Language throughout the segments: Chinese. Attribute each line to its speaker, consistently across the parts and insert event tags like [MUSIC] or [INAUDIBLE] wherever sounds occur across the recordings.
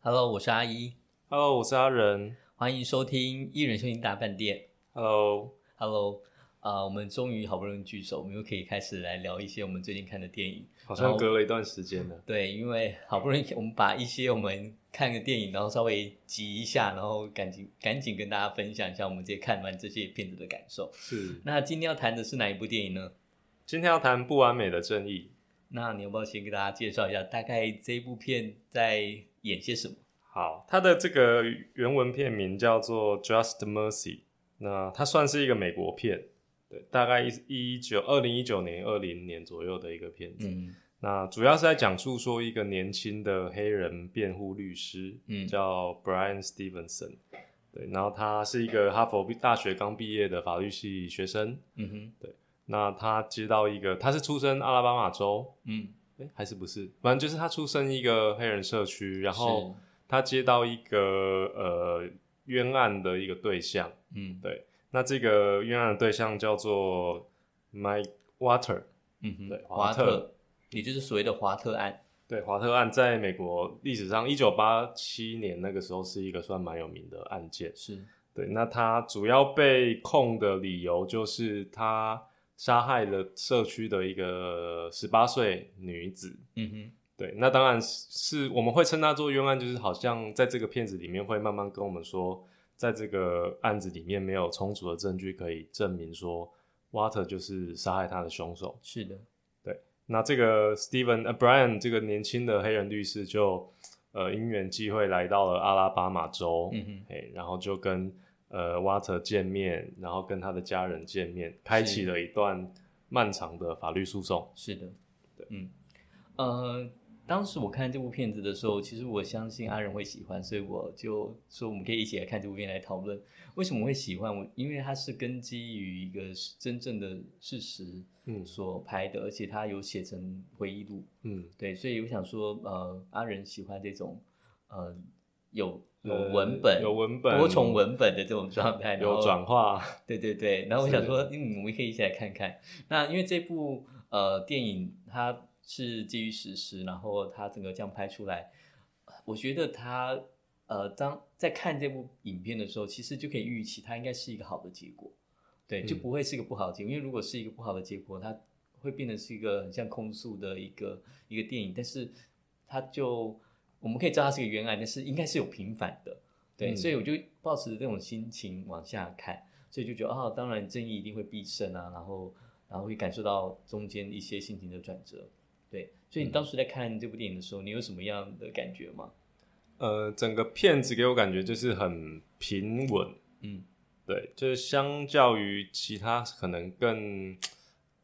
Speaker 1: Hello，我是阿一，
Speaker 2: Hello，我是阿仁。
Speaker 1: 欢迎收听《一人修行大饭店
Speaker 2: Hello，》。
Speaker 1: Hello，啊、我们终于好不容易聚首，我们又可以开始来聊一些我们最近看的电影。
Speaker 2: 好像隔了一段时间了。
Speaker 1: 对，因为好不容易我们把一些我们看个电影，然后稍微集一下，然后赶紧赶紧跟大家分享一下我们这些看完这些片子的感受。
Speaker 2: 是，
Speaker 1: 那今天要谈的是哪一部电影呢？
Speaker 2: 今天要谈《不完美的正义
Speaker 1: 那你要不要先给大家介绍一下，大概这部片在演些什么？》。
Speaker 2: 好，它的这个原文片名叫做《Just Mercy》，那它算是一个美国片，对，大概一一九二零一九年、二零年左右的一个片子。
Speaker 1: 嗯
Speaker 2: 那主要是在讲述说一个年轻的黑人辩护律师，
Speaker 1: 嗯
Speaker 2: 叫 Brian Stevenson，对，然后他是一个哈佛大学刚毕业的法律系学生。
Speaker 1: 嗯哼
Speaker 2: 那他接到一个，他是出生阿拉巴马州，
Speaker 1: 嗯，
Speaker 2: 诶，还是不是？反正就是他出生一个黑人社区，然后
Speaker 1: 是
Speaker 2: 他接到一个呃冤案的一个对象，
Speaker 1: 嗯
Speaker 2: 对那这个冤案的对象叫做 Mike Water，
Speaker 1: 嗯哼，
Speaker 2: 对
Speaker 1: 华
Speaker 2: 华特
Speaker 1: 特，也就是所谓的华特案。
Speaker 2: 对，华特案在美国历史上一九八七年那个时候是一个算蛮有名的案件，
Speaker 1: 是，
Speaker 2: 对，那他主要被控的理由就是他杀害了社区的一个十八岁女子，
Speaker 1: 嗯哼，
Speaker 2: 对，那当然是是我们会称它做冤案，就是好像在这个片子里面会慢慢跟我们说，在这个案子里面没有充足的证据可以证明说 Water 就是杀害他的凶手。
Speaker 1: 是的，
Speaker 2: 那这个 Steven、呃、Brian 这个年轻的黑人律师就呃因缘际会来到了阿拉巴马州，
Speaker 1: 嗯哼，
Speaker 2: 嘿，然后就跟呃 Water 见面，然后跟他的家人见面，开启
Speaker 1: 是
Speaker 2: 了一段漫长的法律诉讼。
Speaker 1: 是的，嗯，呃，当时我看这部片子的时候，其实我相信阿仁会喜欢，所以我就说我们可以一起来看这部片来讨论为什么会喜欢我，因为它是根基于一个真正的事实
Speaker 2: 嗯
Speaker 1: 所拍的，而且它有写成回忆录，
Speaker 2: 嗯，
Speaker 1: 对，所以我想说，呃，阿仁喜欢这种，呃，有有
Speaker 2: 呃
Speaker 1: 文本、
Speaker 2: 有文本，
Speaker 1: 多重文本的这种状态，然
Speaker 2: 有
Speaker 1: 后
Speaker 2: 转化，
Speaker 1: 对对对，然后我想
Speaker 2: 是
Speaker 1: 说，嗯，我们可以一起来看看。那因为这部呃电影它是基于史实，然后它整个这样拍出来，我觉得它呃当在看这部影片的时候，其实就可以预期它应该是一个好的结果，对，就
Speaker 2: 嗯
Speaker 1: 不会是一个不好的结果。因为如果是一个不好的结果，它会变得是一个很像空诉的一个一个电影，但是它就我们可以知道它是个冤案，但是应该是有平反的。对，
Speaker 2: 嗯
Speaker 1: 所以我就抱持这种心情往下看，所以就觉得啊，当然正义一定会必胜啊，然后然后会感受到中间一些心情的转折。对，所以你当时在看这部电影的时候，你有什么样的感觉吗？
Speaker 2: 呃，整个片子给我感觉就是很平稳，
Speaker 1: 嗯
Speaker 2: 对，就是相较于其他可能更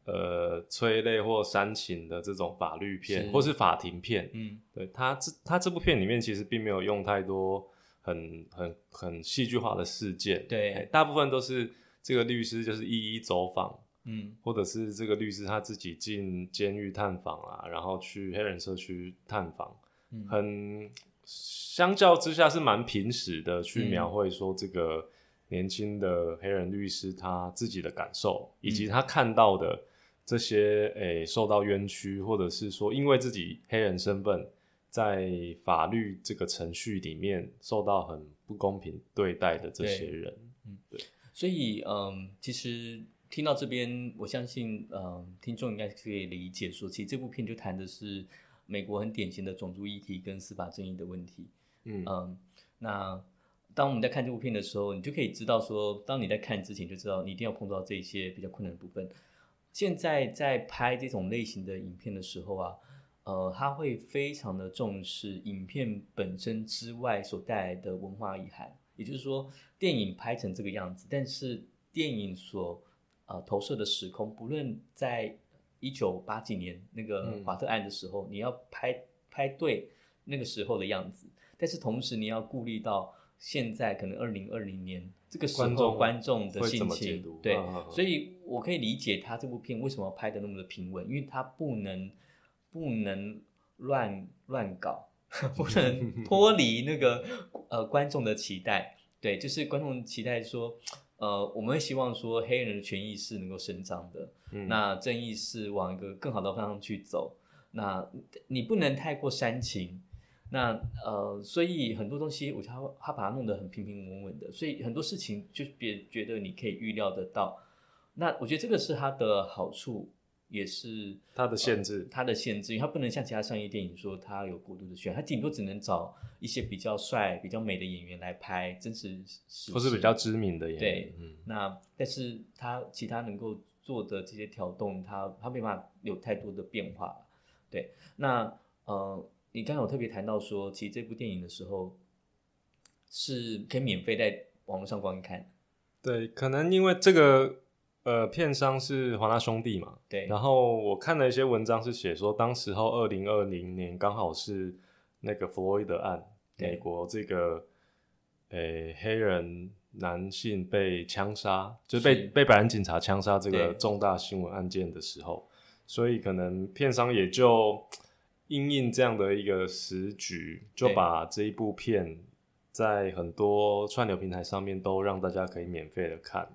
Speaker 2: 呃催泪或煽情的这种法律片
Speaker 1: 是
Speaker 2: 或是法庭片，
Speaker 1: 嗯
Speaker 2: 对它这它这部片里面其实并没有用太多很很很戏剧化的事件，
Speaker 1: 对
Speaker 2: 哎大部分都是这个律师就是一一走访，
Speaker 1: 嗯
Speaker 2: 或者是这个律师他自己进监狱探访啊，然后去黑人社区探访。
Speaker 1: 嗯，
Speaker 2: 很相较之下是蛮平实的去
Speaker 1: 嗯
Speaker 2: 描绘说这个年轻的黑人律师他自己的感受，
Speaker 1: 嗯
Speaker 2: 以及他看到的这些诶、受到冤屈，或者是说因为自己黑人身份在法律这个程序里面受到很不公平对待的这些人。
Speaker 1: 所以嗯，其实听到这边，我相信嗯，听众应该可以理解说，其实这部片就谈的是美国很典型的种族议题跟司法正义的问题。
Speaker 2: 嗯
Speaker 1: 嗯，那当我们在看这部片的时候，你就可以知道说，当你在看之前就知道你一定要碰到这些比较困难的部分。现在在拍这种类型的影片的时候啊，呃，他会非常的重视影片本身之外所带来的文化遗憾，也就是说，电影拍成这个样子，但是电影所呃投射的时空，不论在一九八几年那个
Speaker 2: 嗯
Speaker 1: 华特案的时候，你要拍拍对那个时候的样子，但是同时你要顾虑到现在可能二零二零年这个时
Speaker 2: 观
Speaker 1: 候
Speaker 2: 众
Speaker 1: 观众的
Speaker 2: 会怎
Speaker 1: 心
Speaker 2: 么解
Speaker 1: 情
Speaker 2: 读，
Speaker 1: 对
Speaker 2: 嗯嗯，嗯
Speaker 1: 所以我可以理解他这部片为什么要拍的那么的平稳，因为他不能不能乱乱搞， [LAUGHS] 不能
Speaker 2: [LAUGHS]
Speaker 1: 脱离那个呃观众的期待，对，就是观众期待说。呃，我们会希望说黑人的权益是能够伸张的，
Speaker 2: 嗯
Speaker 1: 那正义是往一个更好的方向去走。那你不能太过煽情，那呃，所以很多东西，我觉得他他把它弄得很平平稳稳的，所以很多事情就是别觉得你可以预料得到。那我觉得这个是它的好处，也是
Speaker 2: 它的限制，
Speaker 1: 它的限制，因为它不能像其他商业电影说它有过度的渲染，它顶多只能找一些比较帅、比较美的演员来拍真实事
Speaker 2: 或是
Speaker 1: 实
Speaker 2: 比较知名的演员
Speaker 1: 呃对，
Speaker 2: 嗯，
Speaker 1: 那但是它其他能够做的这些调动，它它没办法有太多的变化。对，那呃，你刚才有特别谈到说，其实这部电影的时候是可以免费在网络上观看。
Speaker 2: 对，可能因为这个呃，片商是华纳兄弟嘛，
Speaker 1: 对，
Speaker 2: 然后我看了一些文章是写说，当时候二零二零年刚好是那个弗洛伊德案，
Speaker 1: 对
Speaker 2: 美国这个诶、黑人男性被枪杀，就是被
Speaker 1: 是
Speaker 2: 被白人警察枪杀这个
Speaker 1: 对
Speaker 2: 重大新闻案件的时候，所以可能片商也就因应这样的一个时局，就
Speaker 1: 对
Speaker 2: 把这一部片在很多串流平台上面都让大家可以免费的看。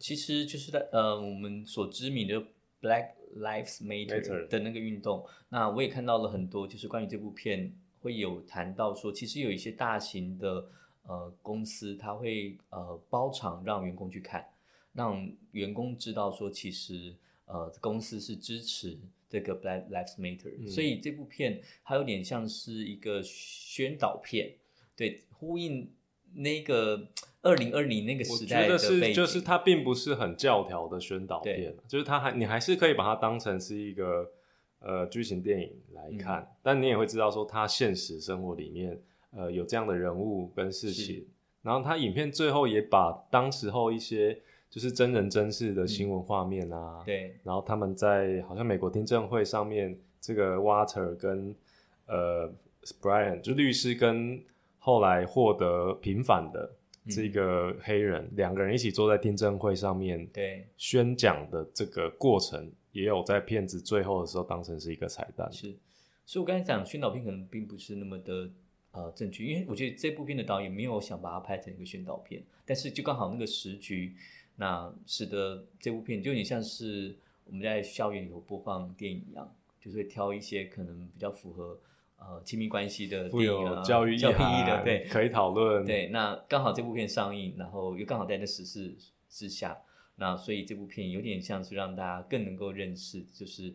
Speaker 1: 其实就是在呃我们所知名的 Black Lives
Speaker 2: Matter
Speaker 1: Matter 的那个运动。那我也看到了很多，就是关于这部片会有谈到说，其实有一些大型的呃公司，它会呃包场让员工去看，让员工知道说，其实呃公司是支持这个 Black Lives Matter，、
Speaker 2: 嗯
Speaker 1: 所以这部片它有点像是一个宣导片，对，呼应那个。二零二零那个
Speaker 2: 我
Speaker 1: 时代
Speaker 2: 觉
Speaker 1: 的
Speaker 2: 得
Speaker 1: 背
Speaker 2: 是，就
Speaker 1: 景
Speaker 2: 是它并不是很教条的宣导
Speaker 1: 对
Speaker 2: 片，就是它还你还是可以把它当成是一个呃剧情电影来
Speaker 1: 嗯
Speaker 2: 看，但你也会知道说它现实生活里面呃有这样的人物跟事情
Speaker 1: 是，
Speaker 2: 然后它影片最后也把当时候一些就是真人真事的新闻画面啊，
Speaker 1: 对，
Speaker 2: 然后他们在好像美国听证会上面，这个 Water 跟呃 Brian 就律师跟后来获得平反的
Speaker 1: 嗯
Speaker 2: 这个黑人、两个人一起坐在听证会上面
Speaker 1: 对，
Speaker 2: 宣讲的这个过程，也有在片子最后的时候当成是一个彩蛋。
Speaker 1: 是。所以我刚才讲宣导片可能并不是那么的呃正确，因为我觉得这部片的导演没有想把它拍成一个宣导片，但是就刚好那个时局，那使得这部片就有点像是我们在校园里头播放电影一样，就是会挑一些可能比较符合呃亲密关系的
Speaker 2: 富
Speaker 1: 电影
Speaker 2: 有
Speaker 1: 啊，
Speaker 2: 教育意
Speaker 1: 教育意
Speaker 2: 义
Speaker 1: 义的，对，
Speaker 2: 可以讨论。，
Speaker 1: 对，那刚好这部片上映，然后又刚好在那时事之下，那所以这部片有点像是让大家更能够认识，就是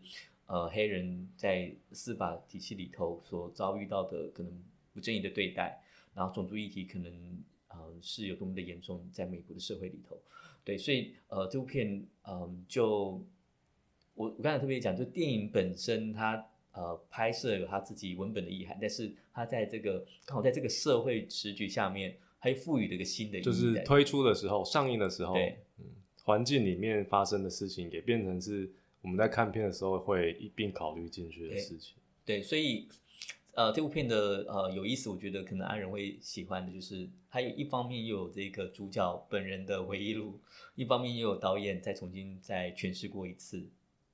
Speaker 1: 呃黑人在司法体系里头所遭遇到的可能不正义的对待，然后种族议题可能呃是有多么的严重，在美国的社会里头。对，所以呃，这部片嗯、就我我刚才特别讲，就电影本身它呃拍摄有它自己文本的意涵，但是它在这个刚好在这个社会时局下面，它又赋予了一个新的意义
Speaker 2: 就
Speaker 1: 在，
Speaker 2: 是推出的时候、上映的时候，
Speaker 1: 对
Speaker 2: 嗯，环境里面发生的事情也变成是我们在看片的时候会一并考虑进去的
Speaker 1: 对
Speaker 2: 事情。
Speaker 1: 对，所以呃，这部片的呃有意思，我觉得可能安仁会喜欢的，就是它有一方面又有这个主角本人的回忆录，一方面又有导演再重新再诠释过一次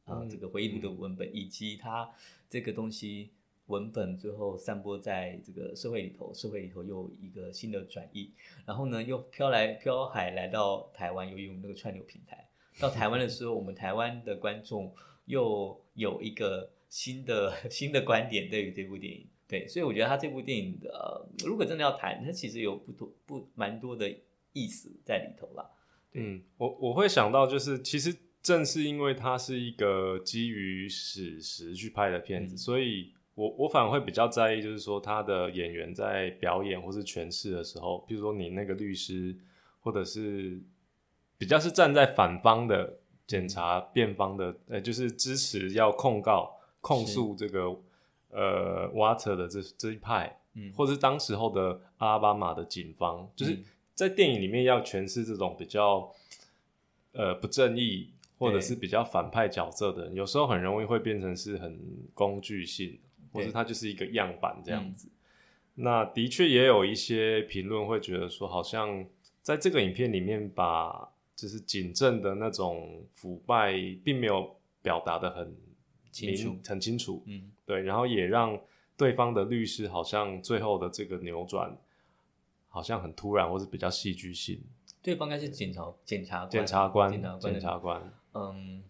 Speaker 1: 啊、呃
Speaker 2: 嗯
Speaker 1: 这个回忆录的文本，以及它这个东西文本最后散播在这个社会里头，社会里头又有一个新的转移，然后呢又飘来飘海来到台湾，由于我们那个串流平台。到台湾的时候，我们台湾的观众又有一个新的 [LAUGHS] 新的观点对于这部电影。对，所以我觉得他这部电影的，呃，如果真的要谈，它其实有不多不蛮多的意思在里头啦。
Speaker 2: 嗯，我我会想到就是，其实正是因为它是一个基于史实去拍的片子，
Speaker 1: 嗯
Speaker 2: 所以我我反而会比较在意，就是说他的演员在表演或是诠释的时候，比如说你那个律师，或者是比较是站在反方的
Speaker 1: 嗯
Speaker 2: 检察辩方的，呃，就是支持要控告控
Speaker 1: 是
Speaker 2: 诉这个呃 Water 的这这一派，
Speaker 1: 嗯，
Speaker 2: 或是当时候的阿拉巴马的警方，就是
Speaker 1: 嗯
Speaker 2: 在电影里面要诠释这种比较呃不正义或者
Speaker 1: 对
Speaker 2: 是比较反派角色的人，有时候很容易会变成是很工具性，或是
Speaker 1: 对嗯
Speaker 2: 它就是一个样板这样子。那的确也有一些评论会觉得说，好像在这个影片里面把就是警政的那种腐败并没有表达的很
Speaker 1: 清楚
Speaker 2: 明很清楚，
Speaker 1: 嗯，
Speaker 2: 对，然后也让对方的律师好像最后的这个扭转，好像很突然，或是比较戏剧性。
Speaker 1: 对方应该是检察检察官
Speaker 2: 检察官，
Speaker 1: 检察官的
Speaker 2: 察官
Speaker 1: 嗯，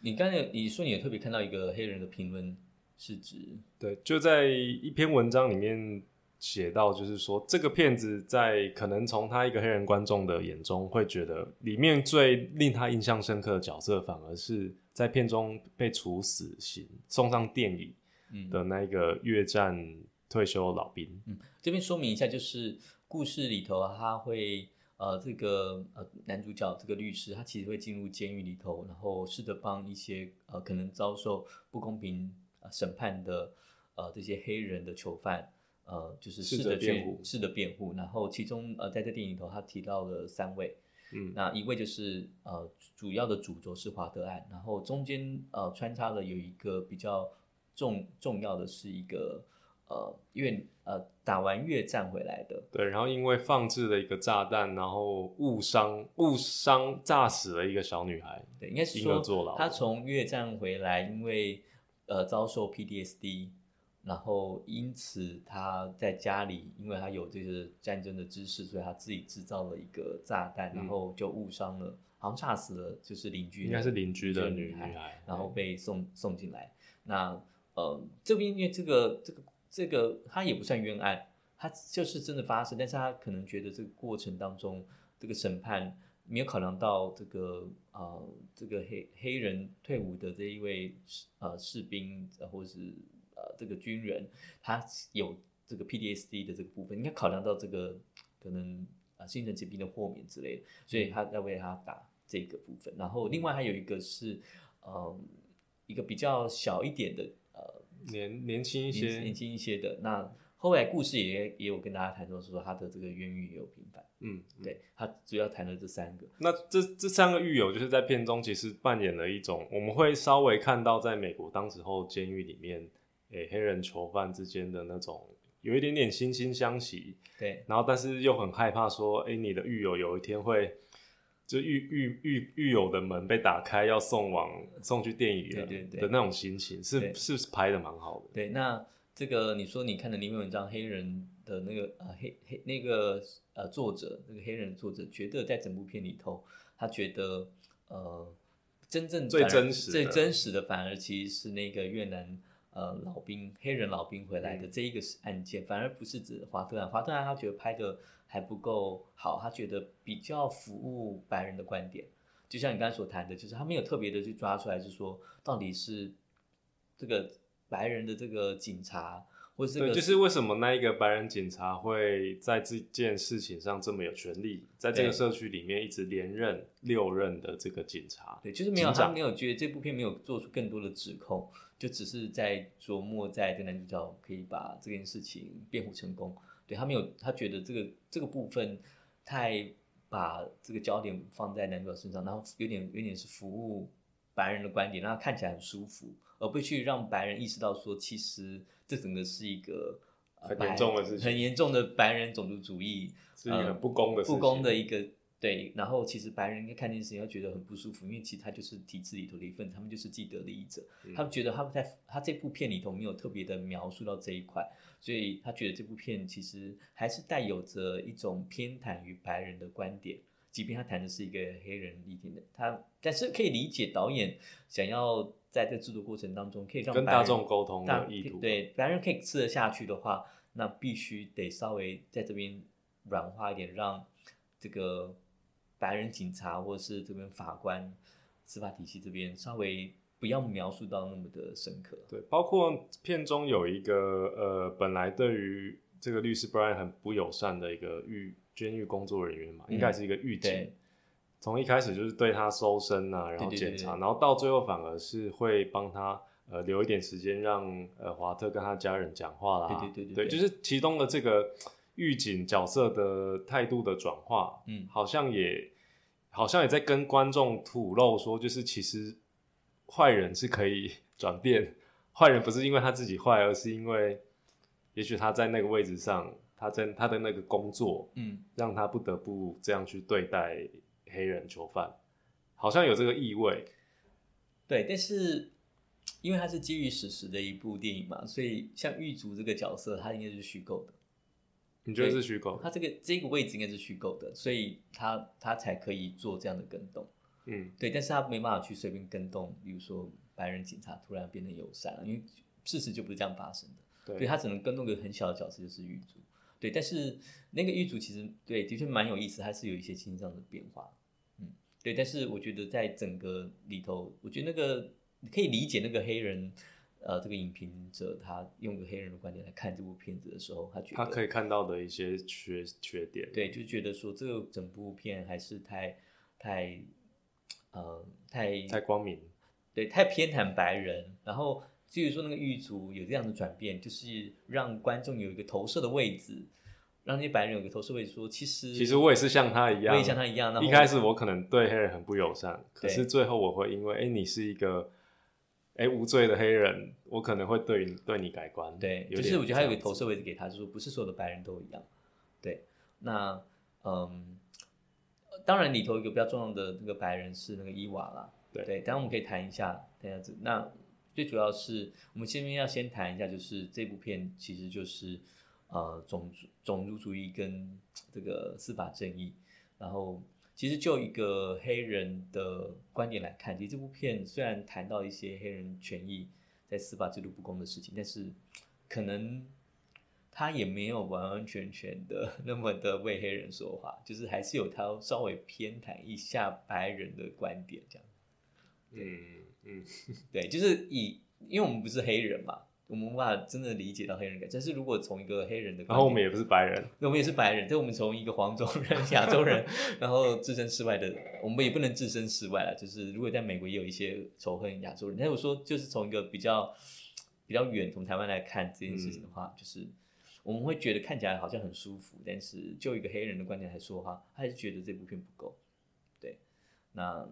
Speaker 1: 你刚才你说你也特别看到一个黑人的评论是指
Speaker 2: 对，就在一篇文章里面写到，就是说这个片子在可能从他一个黑人观众的眼中，会觉得里面最令他印象深刻的角色，反而是在片中被处死刑、送上电椅
Speaker 1: 嗯
Speaker 2: 的那一个越战退休老兵。
Speaker 1: 这边说明一下，就是故事里头啊他会呃这个呃男主角这个律师，他其实会进入监狱里头，然后试着帮一些呃可能遭受不公平呃审判的呃这些黑人的囚犯。呃，就是
Speaker 2: 试
Speaker 1: 试
Speaker 2: 着
Speaker 1: 着去
Speaker 2: 辩护
Speaker 1: 试着辩护，然后其中呃，在这电影里头，他提到了三位，
Speaker 2: 嗯，
Speaker 1: 那一位就是呃主要的主轴是华德案，然后中间呃穿插了有一个比较重重要的是一个呃越呃打完越战回来的，
Speaker 2: 对，然后因为放置了一个炸弹，然后误伤误伤炸死了一个小女孩。
Speaker 1: 对，应该是
Speaker 2: 因而
Speaker 1: 说
Speaker 2: 坐牢
Speaker 1: 他从越战回来，因为呃遭受 PTSD，然后因此他在家里，因为他有这个战争的知识，所以他自己制造了一个炸弹，然
Speaker 2: 嗯
Speaker 1: 后就误伤了，好像炸死了，就是邻居的，
Speaker 2: 应该是邻居的
Speaker 1: 嗯邻居
Speaker 2: 女
Speaker 1: 女孩
Speaker 2: 女孩，
Speaker 1: 然后被送送进来。那呃，这边因为这个这个这个，他也不算冤案，他就是真的发生，但是他可能觉得这个过程当中，这个审判没有考量到这个呃这个黑黑人退伍的这一位士呃士兵呃或是呃这个军人，他有这个 PDSD 的这个部分，应该考量到这个可能啊精神疾病的豁免之类的，所以他在为他打这个部分。然后另外还有一个是，嗯，一个比较小一点的，呃，
Speaker 2: 年年轻一
Speaker 1: 年
Speaker 2: 些，
Speaker 1: 年轻一些的。那后来故事也也有跟大家谈到说他的这个冤狱也有平反，
Speaker 2: 嗯，
Speaker 1: 对他主要谈了这三个，
Speaker 2: 那这这三个狱友就是在片中其实扮演了一种，我们会稍微看到在美国当时候监狱里面，诶、黑人囚犯之间的那种有一点点惺惺相惜，
Speaker 1: 对，
Speaker 2: 然后但是又很害怕说，诶、你的狱友有一天会。就狱狱狱狱友的门被打开，要送往送去电影了
Speaker 1: 对对对
Speaker 2: 的那种心情，是
Speaker 1: 对
Speaker 2: 是拍的蛮好的。
Speaker 1: 对，那这个你说你看的那篇文章，黑人的那个呃黑黑那个呃作者，那个黑人作者觉得在整部片里头，他觉得呃真正
Speaker 2: 最
Speaker 1: 反而
Speaker 2: 真实的
Speaker 1: 最真实的反而其实是那个越南呃老兵黑人老兵回
Speaker 2: 嗯
Speaker 1: 来的这一个是案件，反而不是指华特案，华特案他觉得拍的还不够好，他觉得比较服务白人的观点。就像你刚才所谈的，就是他没有特别的去抓出来，是说到底是这个白人的这个警察，或者这
Speaker 2: 对，
Speaker 1: 个
Speaker 2: 就是为什么那一个白人警察会在这件事情上这么有权利，在这个
Speaker 1: 对
Speaker 2: 社区里面一直连任六任的这个警察，
Speaker 1: 对，就是没有
Speaker 2: 警啊长
Speaker 1: 他没有觉得这部片没有做出更多的指控，就只是在琢磨在这个男主角可以把这件事情辩护成功。对他没有，他觉得这个这个部分太把这个焦点放在男主角身上，然后有点有点是服务白人的观点，让他看起来很舒服，而不去让白人意识到说，其实这整个是一个。呃
Speaker 2: 很
Speaker 1: 白
Speaker 2: 严重的事情
Speaker 1: 很严重的白人种族主义，
Speaker 2: 是一个很不公的事情
Speaker 1: 呃不公的一个对。然后其实白人看这件事情，会觉得很不舒服，因为其实他就是体制里头的一份子，他们就是既得利益者。
Speaker 2: 嗯
Speaker 1: 他们觉得他们在他这部片里头没有特别的描述到这一块，所以他觉得这部片其实还是带有着一种偏袒于白人的观点。即便他谈的是一个黑人议题的，他但是可以理解导演想要在这制作过程当中，可以让
Speaker 2: 跟
Speaker 1: 白人
Speaker 2: 大众沟通
Speaker 1: 大
Speaker 2: 的意图。，
Speaker 1: 对，白人可以吃得下去的话，那必须得稍微在这边软化一点，让这个白人警察或是这边法官、司法体系这边稍微不要描述到那么的深刻。
Speaker 2: 对，包括片中有一个呃，本来对于这个律师 Brian 很不友善的一个狱监狱工作人员嘛，
Speaker 1: 嗯
Speaker 2: 应该是一个狱警
Speaker 1: 对。
Speaker 2: 从一开始就是对他搜身啊，然后
Speaker 1: 对对对
Speaker 2: 检查，
Speaker 1: 对
Speaker 2: 然后到最后反而是会帮他呃留一点时间让呃华特跟他家人讲话啦。
Speaker 1: 对对对
Speaker 2: 对
Speaker 1: 对对
Speaker 2: 就是其中的这个狱警角色的态度的转化，
Speaker 1: 嗯
Speaker 2: 好像也好像也在跟观众吐露说，就是其实坏人是可以转变，坏人不是因为他自己坏，而是因为也许他在那个位置上，他在他的那个工作，
Speaker 1: 嗯，
Speaker 2: 让他不得不这样去对待黑人囚犯，好像有这个意味。
Speaker 1: 对，但是因为它是基于史实的一部电影嘛，所以像狱卒这个角色，他应该是虚构的。
Speaker 2: 你觉得是虚构？
Speaker 1: 他这个这个位置应该是虚构的，所以他他才可以做这样的跟动。
Speaker 2: 嗯，
Speaker 1: 对，但是他没办法去随便跟动，比如说白人警察突然变得友善了，因为事实就不是这样发生的。
Speaker 2: 对
Speaker 1: 对他只能跟弄个很小的角色，就是狱卒。对，但是那个狱卒其实对的确蛮有意思，它是有一些心上的变化。嗯，对，但是我觉得在整个里头，我觉得那个你可以理解那个黑人，呃，这个影评者他用个黑人的观点来看这部片子的时候，他觉得
Speaker 2: 他可以看到的一些缺缺点。
Speaker 1: 对，就觉得说这个整部片还是太太呃太
Speaker 2: 太光明，
Speaker 1: 对，太偏袒白人。然后至于说那个狱卒有这样的转变，就是让观众有一个投射的位置，让那些白人有个投射位置说其实
Speaker 2: 其实我也是像他一样，
Speaker 1: 我也像他一样。然后
Speaker 2: 一开始我可能对黑人很不友善，可
Speaker 1: 对
Speaker 2: 是最后我会因为哎、诶你是一个哎、诶无罪的黑人，我可能会对你对你改观。
Speaker 1: 对，
Speaker 2: 有
Speaker 1: 就
Speaker 2: 点
Speaker 1: 是我觉得他有个
Speaker 2: 这样子
Speaker 1: 投射位置给他，就是说不是所有的白人都一样。对，那嗯，当然里头一个比较重要的那个白人是那个伊娃啦。
Speaker 2: 对
Speaker 1: 对，当然我们可以谈一下，这样子。那最主要是我们先要先谈一下，就是这部片其实就是呃种族种族主义跟这个司法正义，然后。其实就一个黑人的观点来看，其实这部片虽然谈到一些黑人权益，在司法制度不公的事情，但是可能他也没有完完全全的 [LAUGHS] 那么的为黑人说话，就是还是有他稍微偏袒一下白人的观点这样。
Speaker 2: 嗯嗯，
Speaker 1: 对，就是以因为我们不是黑人嘛，我们无法真的理解到黑人感，但是如果从一个黑人的观点，
Speaker 2: 然后我们也不是白人，
Speaker 1: 那我们也是白人，但我们从一个黄种人、 [LAUGHS] 亚洲人，然后置身事外的，我们也不能置身事外了。就是如果在美国也有一些仇恨亚洲人，但是我说就是从一个比较比较远，从台湾来看这件事情的话，就是我们会觉得看起来好像很舒服，但是就一个黑人的观点来说的话，他还是觉得这部片不够。对，那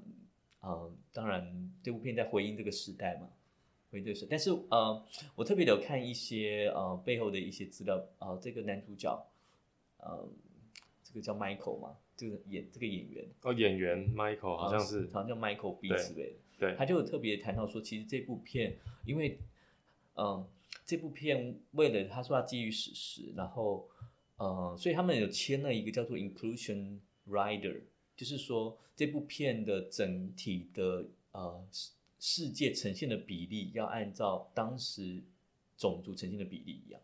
Speaker 1: 呃，当然这部片在回应这个时代嘛，回应这个时代，但是呃，我特别的有看一些呃背后的一些资料，呃，这个男主角。呃，这个叫 Michael 嘛，这个演这个演员呃
Speaker 2: 哦，演员 Michael 好像是
Speaker 1: 哦好像叫 Michael B
Speaker 2: 对
Speaker 1: 之类的，
Speaker 2: 对
Speaker 1: 他就有特别谈到说，其实这部片因为嗯、这部片为了他说他基于史实，然后呃，所以他们有签了一个叫做 Inclusion Rider，就是说这部片的整体的呃世世界呈现的比例要按照当时种族呈现的比例一样。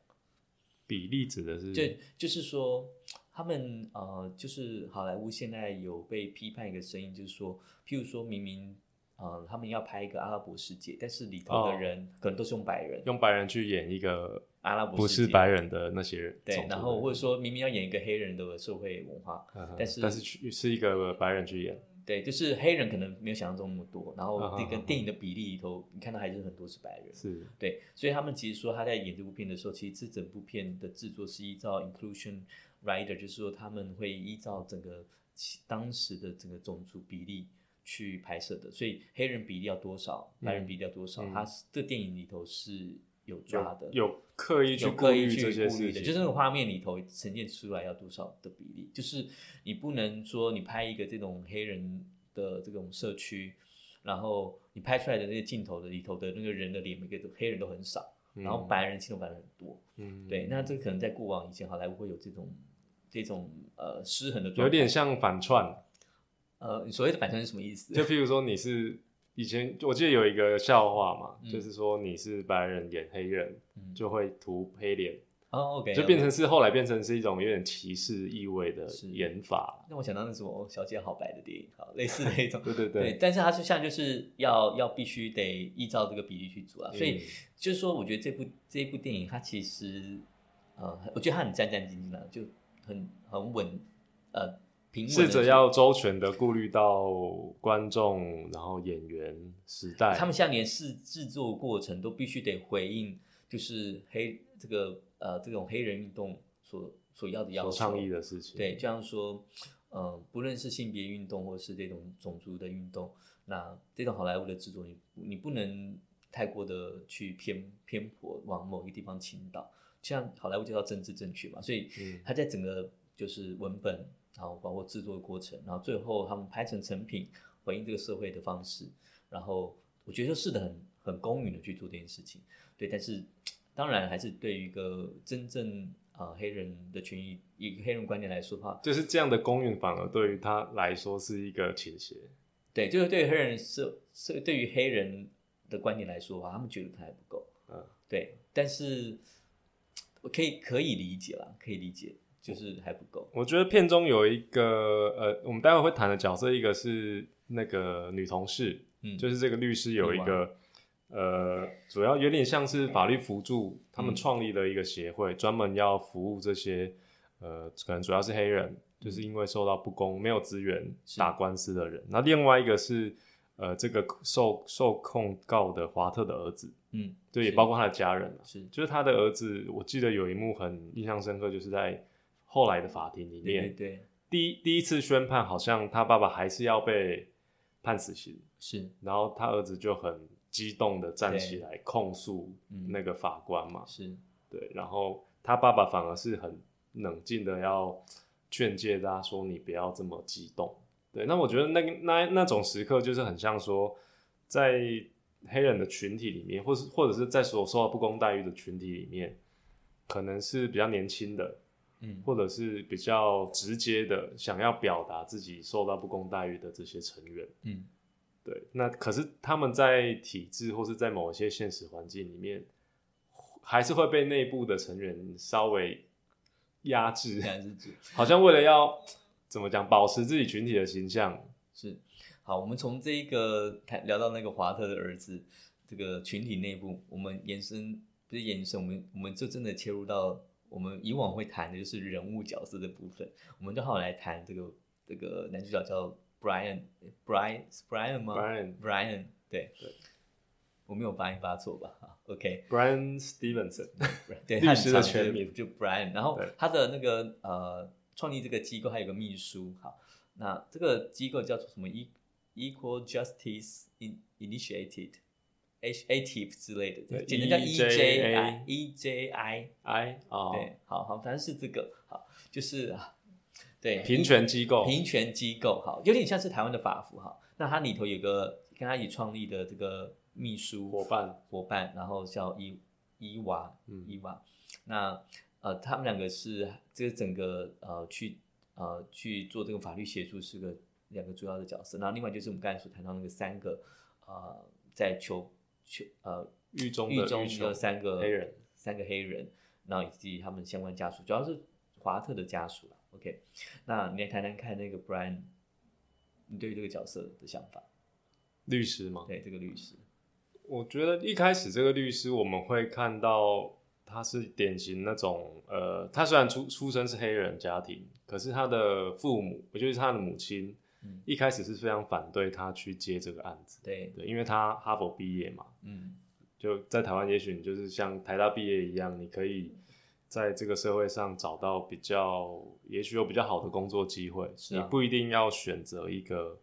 Speaker 2: 比例指的是
Speaker 1: 对，就是说他们呃，就是好莱坞现在有被批判一个声音，就是说，譬如说明明呃，他们要拍一个阿拉伯世界，但是里头
Speaker 2: 哦
Speaker 1: 的人可能都是用白人，
Speaker 2: 用白人去演一个
Speaker 1: 阿拉伯
Speaker 2: 不
Speaker 1: 世
Speaker 2: 是
Speaker 1: 界
Speaker 2: 白人的那些人，
Speaker 1: 对
Speaker 2: 种，族
Speaker 1: 然
Speaker 2: 的
Speaker 1: 后
Speaker 2: 人
Speaker 1: 或者说明明要演一个黑人的社会文化，
Speaker 2: 嗯哼
Speaker 1: 但是
Speaker 2: 但是去是一个白人去演，
Speaker 1: 对，就是黑人可能没有想象中那么多，然
Speaker 2: 啊
Speaker 1: 后
Speaker 2: 哈
Speaker 1: 这个
Speaker 2: 哈哈
Speaker 1: 电影的比例里头，你看到还是很多是白人，
Speaker 2: 是
Speaker 1: 对，所以他们其实说他在演这部片的时候，其实这整部片的制作是依照 inclusion rider，就是说他们会依照整个其当时的整个种族比例去拍摄的，所以黑人比例要多少，白人比例要多少，
Speaker 2: 嗯
Speaker 1: 他这电影里头是有抓
Speaker 2: 有
Speaker 1: 的，
Speaker 2: 有刻意去
Speaker 1: 呃有
Speaker 2: 顾
Speaker 1: 刻意
Speaker 2: 虑
Speaker 1: 去
Speaker 2: 这些
Speaker 1: 顾虑
Speaker 2: 事
Speaker 1: 的，
Speaker 2: 情，
Speaker 1: 就是那个画面里头呈现出来要多少的比例，就是你不能说你拍一个这种黑人的这种社区，然后你拍出来的那些镜头的里头的那个人的脸，每个都黑人都很少，
Speaker 2: 嗯
Speaker 1: 然后白人镜头白人很多，
Speaker 2: 嗯
Speaker 1: 对，那这个可能在过往以前好莱坞会有这种这种呃失衡的状态，
Speaker 2: 有点像反串，
Speaker 1: 呃你所谓的版权是什么意思？
Speaker 2: 就譬如说你是以前我记得有一个笑话嘛，
Speaker 1: 嗯
Speaker 2: 就是说你是白人演黑人，
Speaker 1: 嗯
Speaker 2: 就会涂黑脸，
Speaker 1: 哦，OK，
Speaker 2: 就变成是后来变成是一种有点歧视意味的
Speaker 1: 是
Speaker 2: 演法。
Speaker 1: 让我想到那什么哦《小姐好白》的电影，好类似的一种。
Speaker 2: [LAUGHS] 对对
Speaker 1: 对，，但是它是像就是要要必须得依照这个比例去做啊，所以
Speaker 2: 嗯
Speaker 1: 就是说，我觉得这部这部电影它其实呃，我觉得它很战战兢兢的，就很很稳，呃，平稳地
Speaker 2: 试着
Speaker 1: 去
Speaker 2: 要周全的顾虑到观众，然后演员、时代，
Speaker 1: 他们现在连制制作过程都必须得回应，就是黑这个呃这种黑人运动所所要的要
Speaker 2: 所
Speaker 1: 求，
Speaker 2: 倡议的事情，
Speaker 1: 对，就像说，呃，不论是性别运动或是这种种族的运动，那这种好莱坞的制作，你你不能太过的去偏偏颇往某一个地方倾倒。像好莱坞就叫政治正确嘛，所以
Speaker 2: 嗯
Speaker 1: 它在整个就是文本，然后包括制作的过程，然后最后他们拍成成品，回应这个社会的方式，然后我觉得就是的很很公允的去做这件事情。对，但是当然还是对于一个真正呃黑人的权益，一个黑人观点来说的话，
Speaker 2: 就是这样的公允，反而对于他来说是一个倾斜。
Speaker 1: 对，就是对于黑人是是对于黑人的观点来说的话，他们觉得可能还不够。
Speaker 2: 嗯，
Speaker 1: 对，但是我可以可以理解啦，可以理解，就是还不够。
Speaker 2: 我觉得片中有一个呃，我们待会会谈的角色，一个是那个女同事，
Speaker 1: 嗯，
Speaker 2: 就是是这个律师有一个呃，主要有点像是法律辅助，他们
Speaker 1: 嗯
Speaker 2: 创立了一个协会，专门要服务这些呃，可能主要是黑人，就是因为受到不公、没有资源
Speaker 1: 是
Speaker 2: 打官司的人。那另外一个是呃，这个受受控告的华特的儿子，
Speaker 1: 嗯，
Speaker 2: 就也
Speaker 1: 是
Speaker 2: 包括他的家人啊
Speaker 1: 是
Speaker 2: 就是他的儿子，我记得有一幕很印象深刻，就是在后来的法庭里
Speaker 1: 对对
Speaker 2: 面，
Speaker 1: 对，
Speaker 2: 第一第一次宣判，好像他爸爸还是要被判死刑，
Speaker 1: 是
Speaker 2: 然后他儿子就很激动的站起来控诉
Speaker 1: 嗯
Speaker 2: 那个法官嘛，
Speaker 1: 是
Speaker 2: 对，然后他爸爸反而是很冷静的要劝诫大家说你不要这么激动，对，那我觉得那个那那种时刻就是很像说在黑人的群体里面，或是或者是在所受到不公待遇的群体里面，可能是比较年轻的，
Speaker 1: 嗯
Speaker 2: 或者是比较直接的想要表达自己受到不公待遇的这些成员。
Speaker 1: 嗯
Speaker 2: 对，那可是他们在体制或是在某一些现实环境里面，还是会被内部的成员稍微压制，
Speaker 1: 感知主
Speaker 2: 好像为了要怎么讲，保持自己群体的形象。
Speaker 1: 是好，我们从这一个谈聊到那个华特的儿子这个群体内部，我们延伸不是延伸，我们我们就真的切入到我们以往会谈的就是人物角色的部分，我们就好来谈这个这个男主角叫 Brian Brian Brian 吗
Speaker 2: Brian
Speaker 1: Brian 对
Speaker 2: 对
Speaker 1: 我没有发音发错吧好？OK，
Speaker 2: Brian Stevenson，
Speaker 1: 对，
Speaker 2: 律
Speaker 1: 他很
Speaker 2: 师
Speaker 1: 长
Speaker 2: 的全
Speaker 1: 就是
Speaker 2: 名
Speaker 1: 就 Brian，然后
Speaker 2: 对
Speaker 1: 他的那个呃创立这个机构还有个秘书，好，那这个机构叫做什么 E Equal Justice In Initiated H A T i v e 之类的，
Speaker 2: 对
Speaker 1: 简称叫 E J I
Speaker 2: EJA
Speaker 1: E J I，
Speaker 2: 哎哦，
Speaker 1: 对，好好，反正是这个，好，就是啊，对，
Speaker 2: 平权机构，
Speaker 1: 平权机构，好，有点像是台湾的法服，哈，那它里头有个跟他一起创立的这个秘书
Speaker 2: 伙伴，
Speaker 1: 伙伴，然后叫伊伊娃，
Speaker 2: 嗯
Speaker 1: 伊娃。那呃，他们两个是这个整个呃去呃去做这个法律协助是个两个主要的角色。然后另外就是我们刚才所谈到那个三个呃在囚囚呃
Speaker 2: 狱中
Speaker 1: 狱
Speaker 2: 的
Speaker 1: 中
Speaker 2: 狱囚
Speaker 1: 的三个
Speaker 2: 黑人，
Speaker 1: 三个黑人，然后以及他们相关家属，主要是华特的家属啦。OK，那你来谈谈看那个 Brian，你对于这个角色的想法？
Speaker 2: 律师吗？
Speaker 1: 对这个律师，
Speaker 2: 我觉得一开始这个律师，我们会看到他是典型那种，呃，他虽然出出生是黑人家庭，可是他的父母，我就是他的母亲，
Speaker 1: 嗯
Speaker 2: 一开始是非常反对他去接这个案子，
Speaker 1: 对，
Speaker 2: 对，因为他哈佛毕业嘛，
Speaker 1: 嗯，
Speaker 2: 就在台湾，也许你就是像台大毕业一样，你可以在这个社会上找到比较，也许有比较好的工作机会，
Speaker 1: 是啊
Speaker 2: 你不一定要选择一个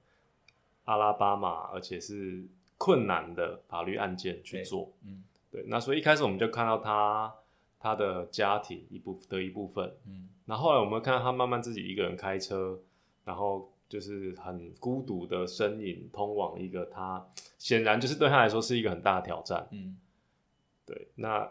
Speaker 2: 阿拉巴马，而且是困难的法律案件去
Speaker 1: 对
Speaker 2: 做。
Speaker 1: 嗯
Speaker 2: 对，那所以一开始我们就看到他他的家庭一部的一部分，
Speaker 1: 嗯，
Speaker 2: 然后后来我们看到他慢慢自己一个人开车，然后就是很孤独的身影通往一个他显然就是对他来说是一个很大的挑战。
Speaker 1: 嗯，
Speaker 2: 对，那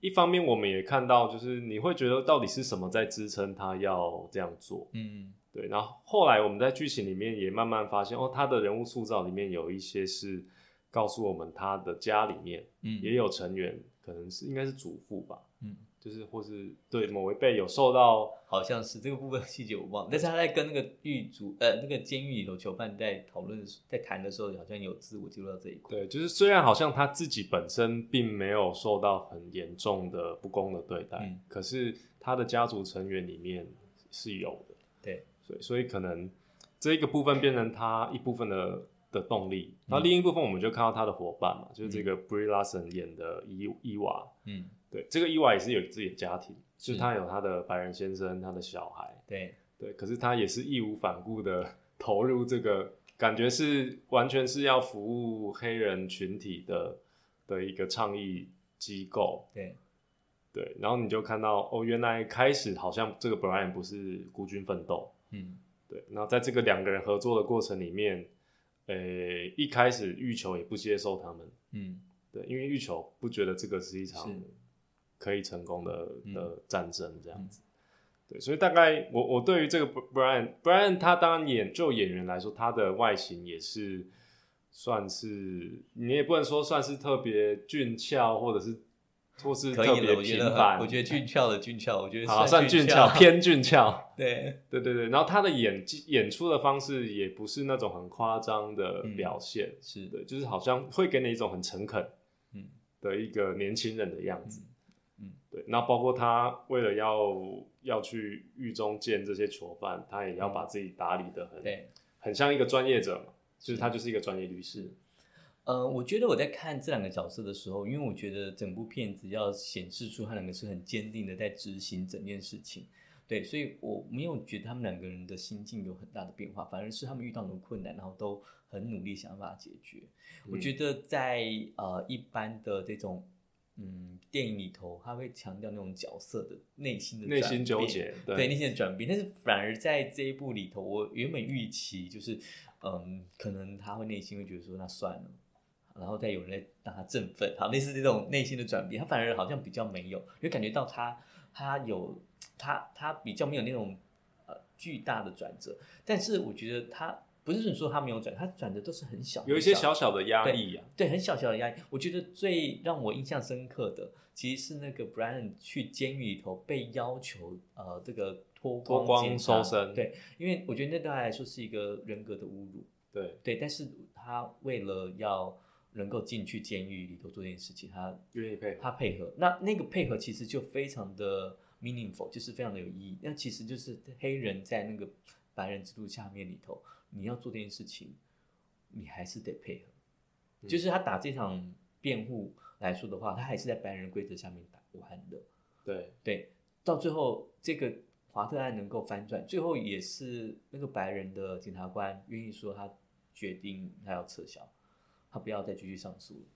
Speaker 2: 一方面我们也看到，就是你会觉得到底是什么在支撑他要这样做？
Speaker 1: 嗯，
Speaker 2: 对，然后后来我们在剧情里面也慢慢发现，哦，他的人物塑造里面有一些是告诉我们他的家里面
Speaker 1: 嗯，
Speaker 2: 也有成员，可能是应该是祖父吧，
Speaker 1: 嗯，
Speaker 2: 就是或是对某一辈有受到。
Speaker 1: 好像是这个部分细节我忘了，但是他在跟那个狱卒呃那个监狱里头囚犯在讨论的时在谈的时候，好像有自我记录到这一块。
Speaker 2: 对，就是虽然好像他自己本身并没有受到很严重的不公的对待，
Speaker 1: 嗯
Speaker 2: 可是他的家族成员里面是有的，
Speaker 1: 对，
Speaker 2: 所以所以可能这一个部分变成他一部分的的动力，那另一部分我们就看到他的伙伴嘛，就是这个 Brie Larson 演的伊伊娃，
Speaker 1: 嗯，
Speaker 2: 对，这个伊娃也是有自己的家庭，
Speaker 1: 是
Speaker 2: 就是他有他的白人先生，他的小孩，
Speaker 1: 对，
Speaker 2: 对，可是他也是义无反顾的 [LAUGHS] 投入这个，感觉是完全是要服务黑人群体的的一个倡议机构。
Speaker 1: 对，
Speaker 2: 对，然后你就看到哦，原来开始好像这个 Brian 不是孤军奋斗，
Speaker 1: 嗯，
Speaker 2: 对，然后在这个两个人合作的过程里面，呃，一开始欲求也不接受他们，
Speaker 1: 嗯，
Speaker 2: 对，因为欲求不觉得这个是一场
Speaker 1: 是
Speaker 2: 可以成功的
Speaker 1: 嗯
Speaker 2: 的战争这样子。对，所以大概我我对于这个 Brian Brian 他当然演就演员来说，他的外形也是算是你也不能说算是特别俊俏，或者是或是
Speaker 1: 可
Speaker 2: 特
Speaker 1: 以
Speaker 2: 别
Speaker 1: 了，我觉
Speaker 2: 频
Speaker 1: 得
Speaker 2: 繁
Speaker 1: 很，我觉得俊俏的俊俏，我觉得
Speaker 2: 好算俊
Speaker 1: 俏， [LAUGHS]
Speaker 2: 俏，偏俊俏。
Speaker 1: 对，
Speaker 2: 对对对，然后他的演技演出的方式也不是那种很夸张的
Speaker 1: 嗯
Speaker 2: 表现，
Speaker 1: 是的，
Speaker 2: 对，就是好像会给你一种很诚恳
Speaker 1: 嗯
Speaker 2: 的一个年轻人的样子。
Speaker 1: 嗯嗯
Speaker 2: 对，那包括他为了要要去狱中见这些囚犯，他也要把自己打理的很、
Speaker 1: 嗯对。
Speaker 2: 很像一个专业者嘛，就是他就是一个专业律师。
Speaker 1: 呃，我觉得我在看这两个角色的时候，因为我觉得整部片子要显示出他两个是很坚定的在执行整件事情，对，所以我没有觉得他们两个人的心境有很大的变化，反而是他们遇到很多困难，然后都很努力想办法解决。我
Speaker 2: 嗯
Speaker 1: 觉得在呃一般的这种嗯电影里头，他会强调那种角色的内心的
Speaker 2: 内
Speaker 1: 转
Speaker 2: 心纠
Speaker 1: 变
Speaker 2: 结，
Speaker 1: 对内心的转变，但是反而在这一部里头，我原本预期就是，嗯，可能他会内心会觉得说那算了，然后再有人在让他振奋，好，类似这种内心的转变，他反而好像比较没有，因为感觉到他他有他他比较没有那种呃巨大的转折，但是我觉得他不是说他没有转，他转折都是很小，
Speaker 2: 有一
Speaker 1: 很
Speaker 2: 些
Speaker 1: 小
Speaker 2: 小小的压抑啊，
Speaker 1: 对，很小小的压力。我觉得最让我印象深刻的，其实是那个 Brian 去监狱里头被要求呃这个脱
Speaker 2: 脱
Speaker 1: 光
Speaker 2: 光
Speaker 1: 检查
Speaker 2: 搜身
Speaker 1: 对，因为我觉得那对他来说是一个人格的侮辱。
Speaker 2: 对，
Speaker 1: 对，但是他为了要能够进去监狱里头做这件事情，他
Speaker 2: 愿意配合，
Speaker 1: 他配合，那那个配合其实就非常的 meaningful，就是非常的有意义。那其实就是黑人在那个白人制度下面里头，你要做这件事情，你还是得配合。
Speaker 2: 嗯
Speaker 1: 就是他打这场辩护来说的话，他还是在白人规则下面打完的。
Speaker 2: 对，
Speaker 1: 对，到最后这个华特案能够翻转，最后也是那个白人的检察官愿意说他决定他要撤销，他不要再继续上诉了。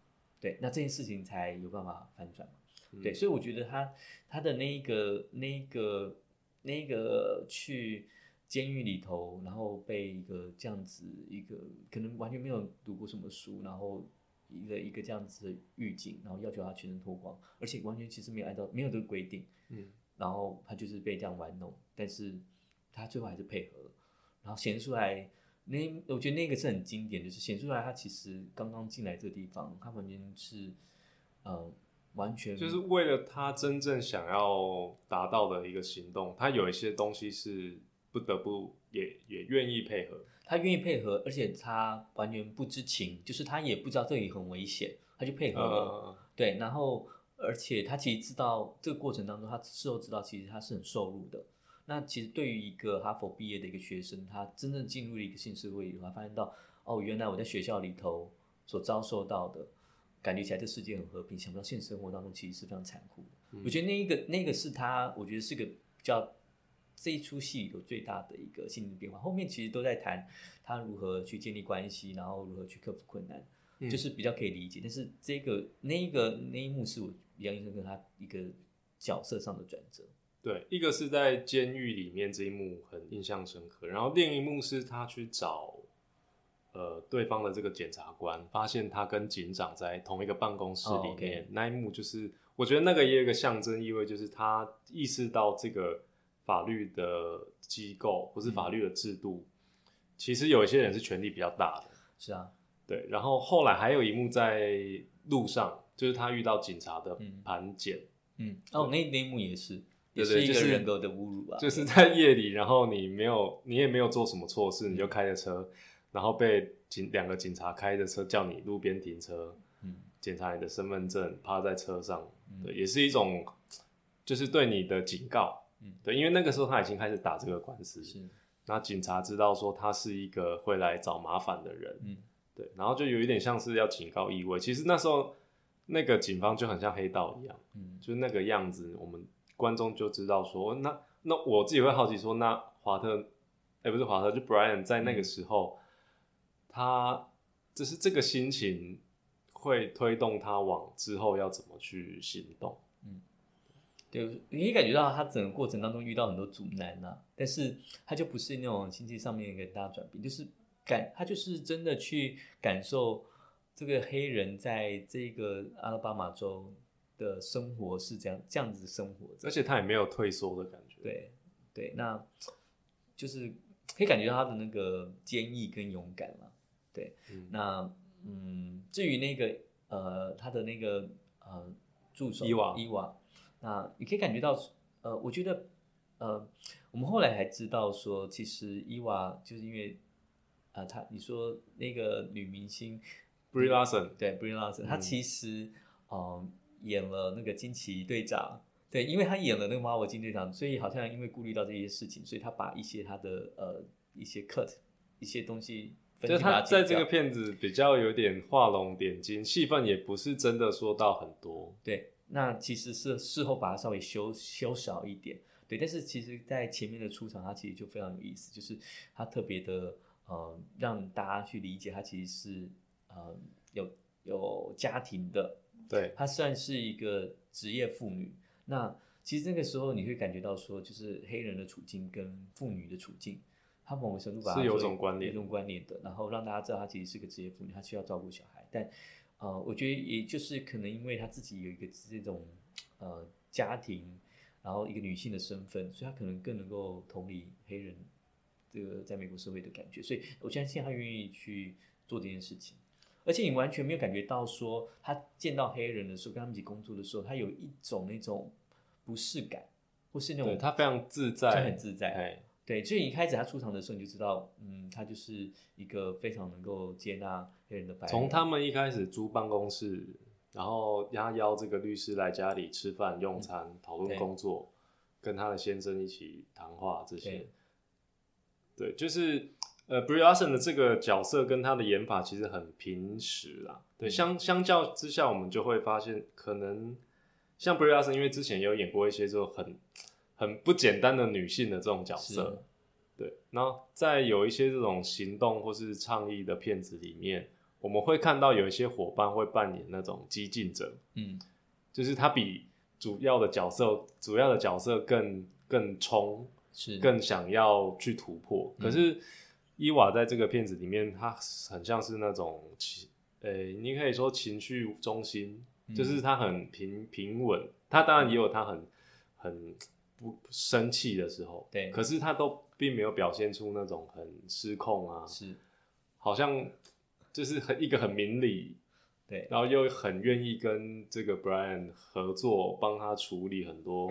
Speaker 1: 对，那这件事情才有办法翻转嘛。
Speaker 2: 嗯
Speaker 1: 对，所以我觉得他他的那一个那一个那一个去监狱里头，然后被一个这样子一个可能完全没有读过什么书，然后一个一个这样子的狱警，然后要求他全身脱光，而且完全其实没有按照没有这个规定，
Speaker 2: 嗯，
Speaker 1: 然后他就是被这样玩弄，但是他最后还是配合了，然后显示出来那我觉得那个是很经典，就是显示出来他其实刚刚进来这个地方，他完全是呃完全
Speaker 2: 就是为了他真正想要达到的一个行动，他有一些东西是不得不也也愿意配合，
Speaker 1: 他愿意配合，而且他完全不知情，就是他也不知道这里很危险，他就配合了。
Speaker 2: 呃，
Speaker 1: 对，然后而且他其实知道这个过程当中，他事后知道其实他是很受辱的。那其实对于一个哈佛毕业的一个学生，他真正进入了一个现实会以后，他发现到哦，原来我在学校里头所遭受到的，感觉起来这世界很和平，想不到现实生活当中其实是非常残酷的。
Speaker 2: 嗯
Speaker 1: 我觉得那一个那个是他，我觉得是个比较这一出戏有最大的一个心理变化。后面其实都在谈他如何去建立关系，然后如何去克服困难，
Speaker 2: 嗯
Speaker 1: 就是比较可以理解。但是这个那一个那一幕是我比较印象深刻，他一个角色上的转折。
Speaker 2: 对，一个是在监狱里面这一幕很印象深刻，然后另一幕是他去找呃对方的这个检察官，发现他跟警长在同一个办公室
Speaker 1: 哦
Speaker 2: 里
Speaker 1: ，OK
Speaker 2: 面，那一幕就是我觉得那个也有一个象征意味，就是他意识到这个法律的机构或是
Speaker 1: 嗯
Speaker 2: 法律的制度，其实有一些人是权力比较大的，
Speaker 1: 是啊，
Speaker 2: 对，然后后来还有一幕在路上，就是他遇到警察的
Speaker 1: 嗯
Speaker 2: 盘检。
Speaker 1: 嗯，哦，那那一幕也是，也
Speaker 2: 对对
Speaker 1: 是一个
Speaker 2: 就是
Speaker 1: 人格的侮辱啊，
Speaker 2: 就是在夜里，然后你没有，你也没有做什么错事，
Speaker 1: 嗯
Speaker 2: 你就开着车，然后被警两个警察开着车叫你路边停车，
Speaker 1: 嗯
Speaker 2: 检查你的身份证，趴在车上，
Speaker 1: 嗯
Speaker 2: 对，也是一种就是对你的警告，
Speaker 1: 嗯
Speaker 2: 对，因为那个时候他已经开始打这个官司，
Speaker 1: 是
Speaker 2: 那警察知道说他是一个会来找麻烦的人，
Speaker 1: 嗯
Speaker 2: 对，然后就有一点像是要警告意味，其实那时候那个警方就很像黑道一样。
Speaker 1: 嗯
Speaker 2: 就是那个样子，我们观众就知道说，那那我自己会好奇说，那华特，哎、不是华特，就 Brian 在
Speaker 1: 嗯
Speaker 2: 那个时候，他就是这个心情会推动他往之后要怎么去行动。
Speaker 1: 对，你可以感觉到他整个过程当中遇到很多阻难呐、但是他就不是那种经济上面一个大转变，就是感他就是真的去感受这个黑人在这个阿拉巴马州的生活是怎样这样子生活着
Speaker 2: 而，且他也没有退缩的感觉。，
Speaker 1: 对对，那就是可以感觉到他的那个坚毅跟勇敢嘛。
Speaker 2: 嗯、
Speaker 1: 那嗯，至于那个呃，他的那个呃助手
Speaker 2: 伊娃
Speaker 1: 伊娃，那你可以感觉到，呃，我觉得，呃，我们后来还知道说，其实伊娃就是因为，啊、她你说那个女明星
Speaker 2: Brie Larson，
Speaker 1: 对 Brie Larson，她
Speaker 2: 嗯
Speaker 1: 其实呃演了那个惊奇队长，对，因为她演了那个 Marvel 惊奇队长，所以好像因为顾虑到这些事情，所以她把一些她的呃一些 cut 一些东西分
Speaker 2: 就是
Speaker 1: 析把
Speaker 2: 他
Speaker 1: 它剪
Speaker 2: 在这
Speaker 1: 掉
Speaker 2: 个片子比较有点画龙点睛，戏份也不是真的说到很多。
Speaker 1: 对，那其实是事后把它稍微修修少一点，对。但是其实，在前面的出场，它其实就非常有意思，就是它特别的呃，让大家去理解它其实是呃有有家庭的，
Speaker 2: 对，
Speaker 1: 她算是一个职业妇女。那其实那个时候你会感觉到说，就是黑人的处境跟妇女的处境，她某种程度把它
Speaker 2: 是有
Speaker 1: 作为
Speaker 2: 种关联
Speaker 1: 有种关联的。然后让大家知道她其实是个职业妇女，她需要照顾小孩。但呃，我觉得也就是可能因为她自己有一个这种呃家庭，然后一个女性的身份，所以她可能更能够同理黑人这个在美国社会的感觉。所以我相信她愿意去做这件事情。而且你完全没有感觉到说，他见到黑人的时候，跟他们一起工作的时候，他有一种那种不适感，或是那
Speaker 2: 对
Speaker 1: 种
Speaker 2: 他非常自
Speaker 1: 就
Speaker 2: 在，
Speaker 1: 很自在。
Speaker 2: 哎，
Speaker 1: 对，所以一开始他出场的时候，你就知道，嗯，他就是一个非常能够接纳黑人的白人。
Speaker 2: 从他们一开始租办公室，然后他邀这个律师来家里吃饭、用餐、讨论
Speaker 1: 嗯对
Speaker 2: 工作，跟他的先生一起谈话这些
Speaker 1: 对。
Speaker 2: 对，就是呃 b r i a s o n 的这个角色跟他的演法其实很平实啦。对，
Speaker 1: 嗯
Speaker 2: 相相较之下，我们就会发现，可能像 b r i a s o n 因为之前也有演过一些就很很不简单的女性的这种角色，
Speaker 1: 是
Speaker 2: 对，然后在有一些这种行动或是倡议的片子里面，我们会看到有一些伙伴会扮演那种激进者，
Speaker 1: 嗯，
Speaker 2: 就是他比主要的角色主要的角色更更冲，
Speaker 1: 是
Speaker 2: 更想要去突破。
Speaker 1: 嗯
Speaker 2: 可是伊娃在这个片子里面，她很像是那种情，呃、你可以说情绪中心，
Speaker 1: 嗯
Speaker 2: 就是她很平平稳。她当然也有她很很不生气的时候，
Speaker 1: 对
Speaker 2: 可是她都并没有表现出那种很失控啊，
Speaker 1: 是，
Speaker 2: 好像就是很一个很明理。
Speaker 1: 对，
Speaker 2: 然后又很愿意跟这个 Brian 合作，帮他处理很多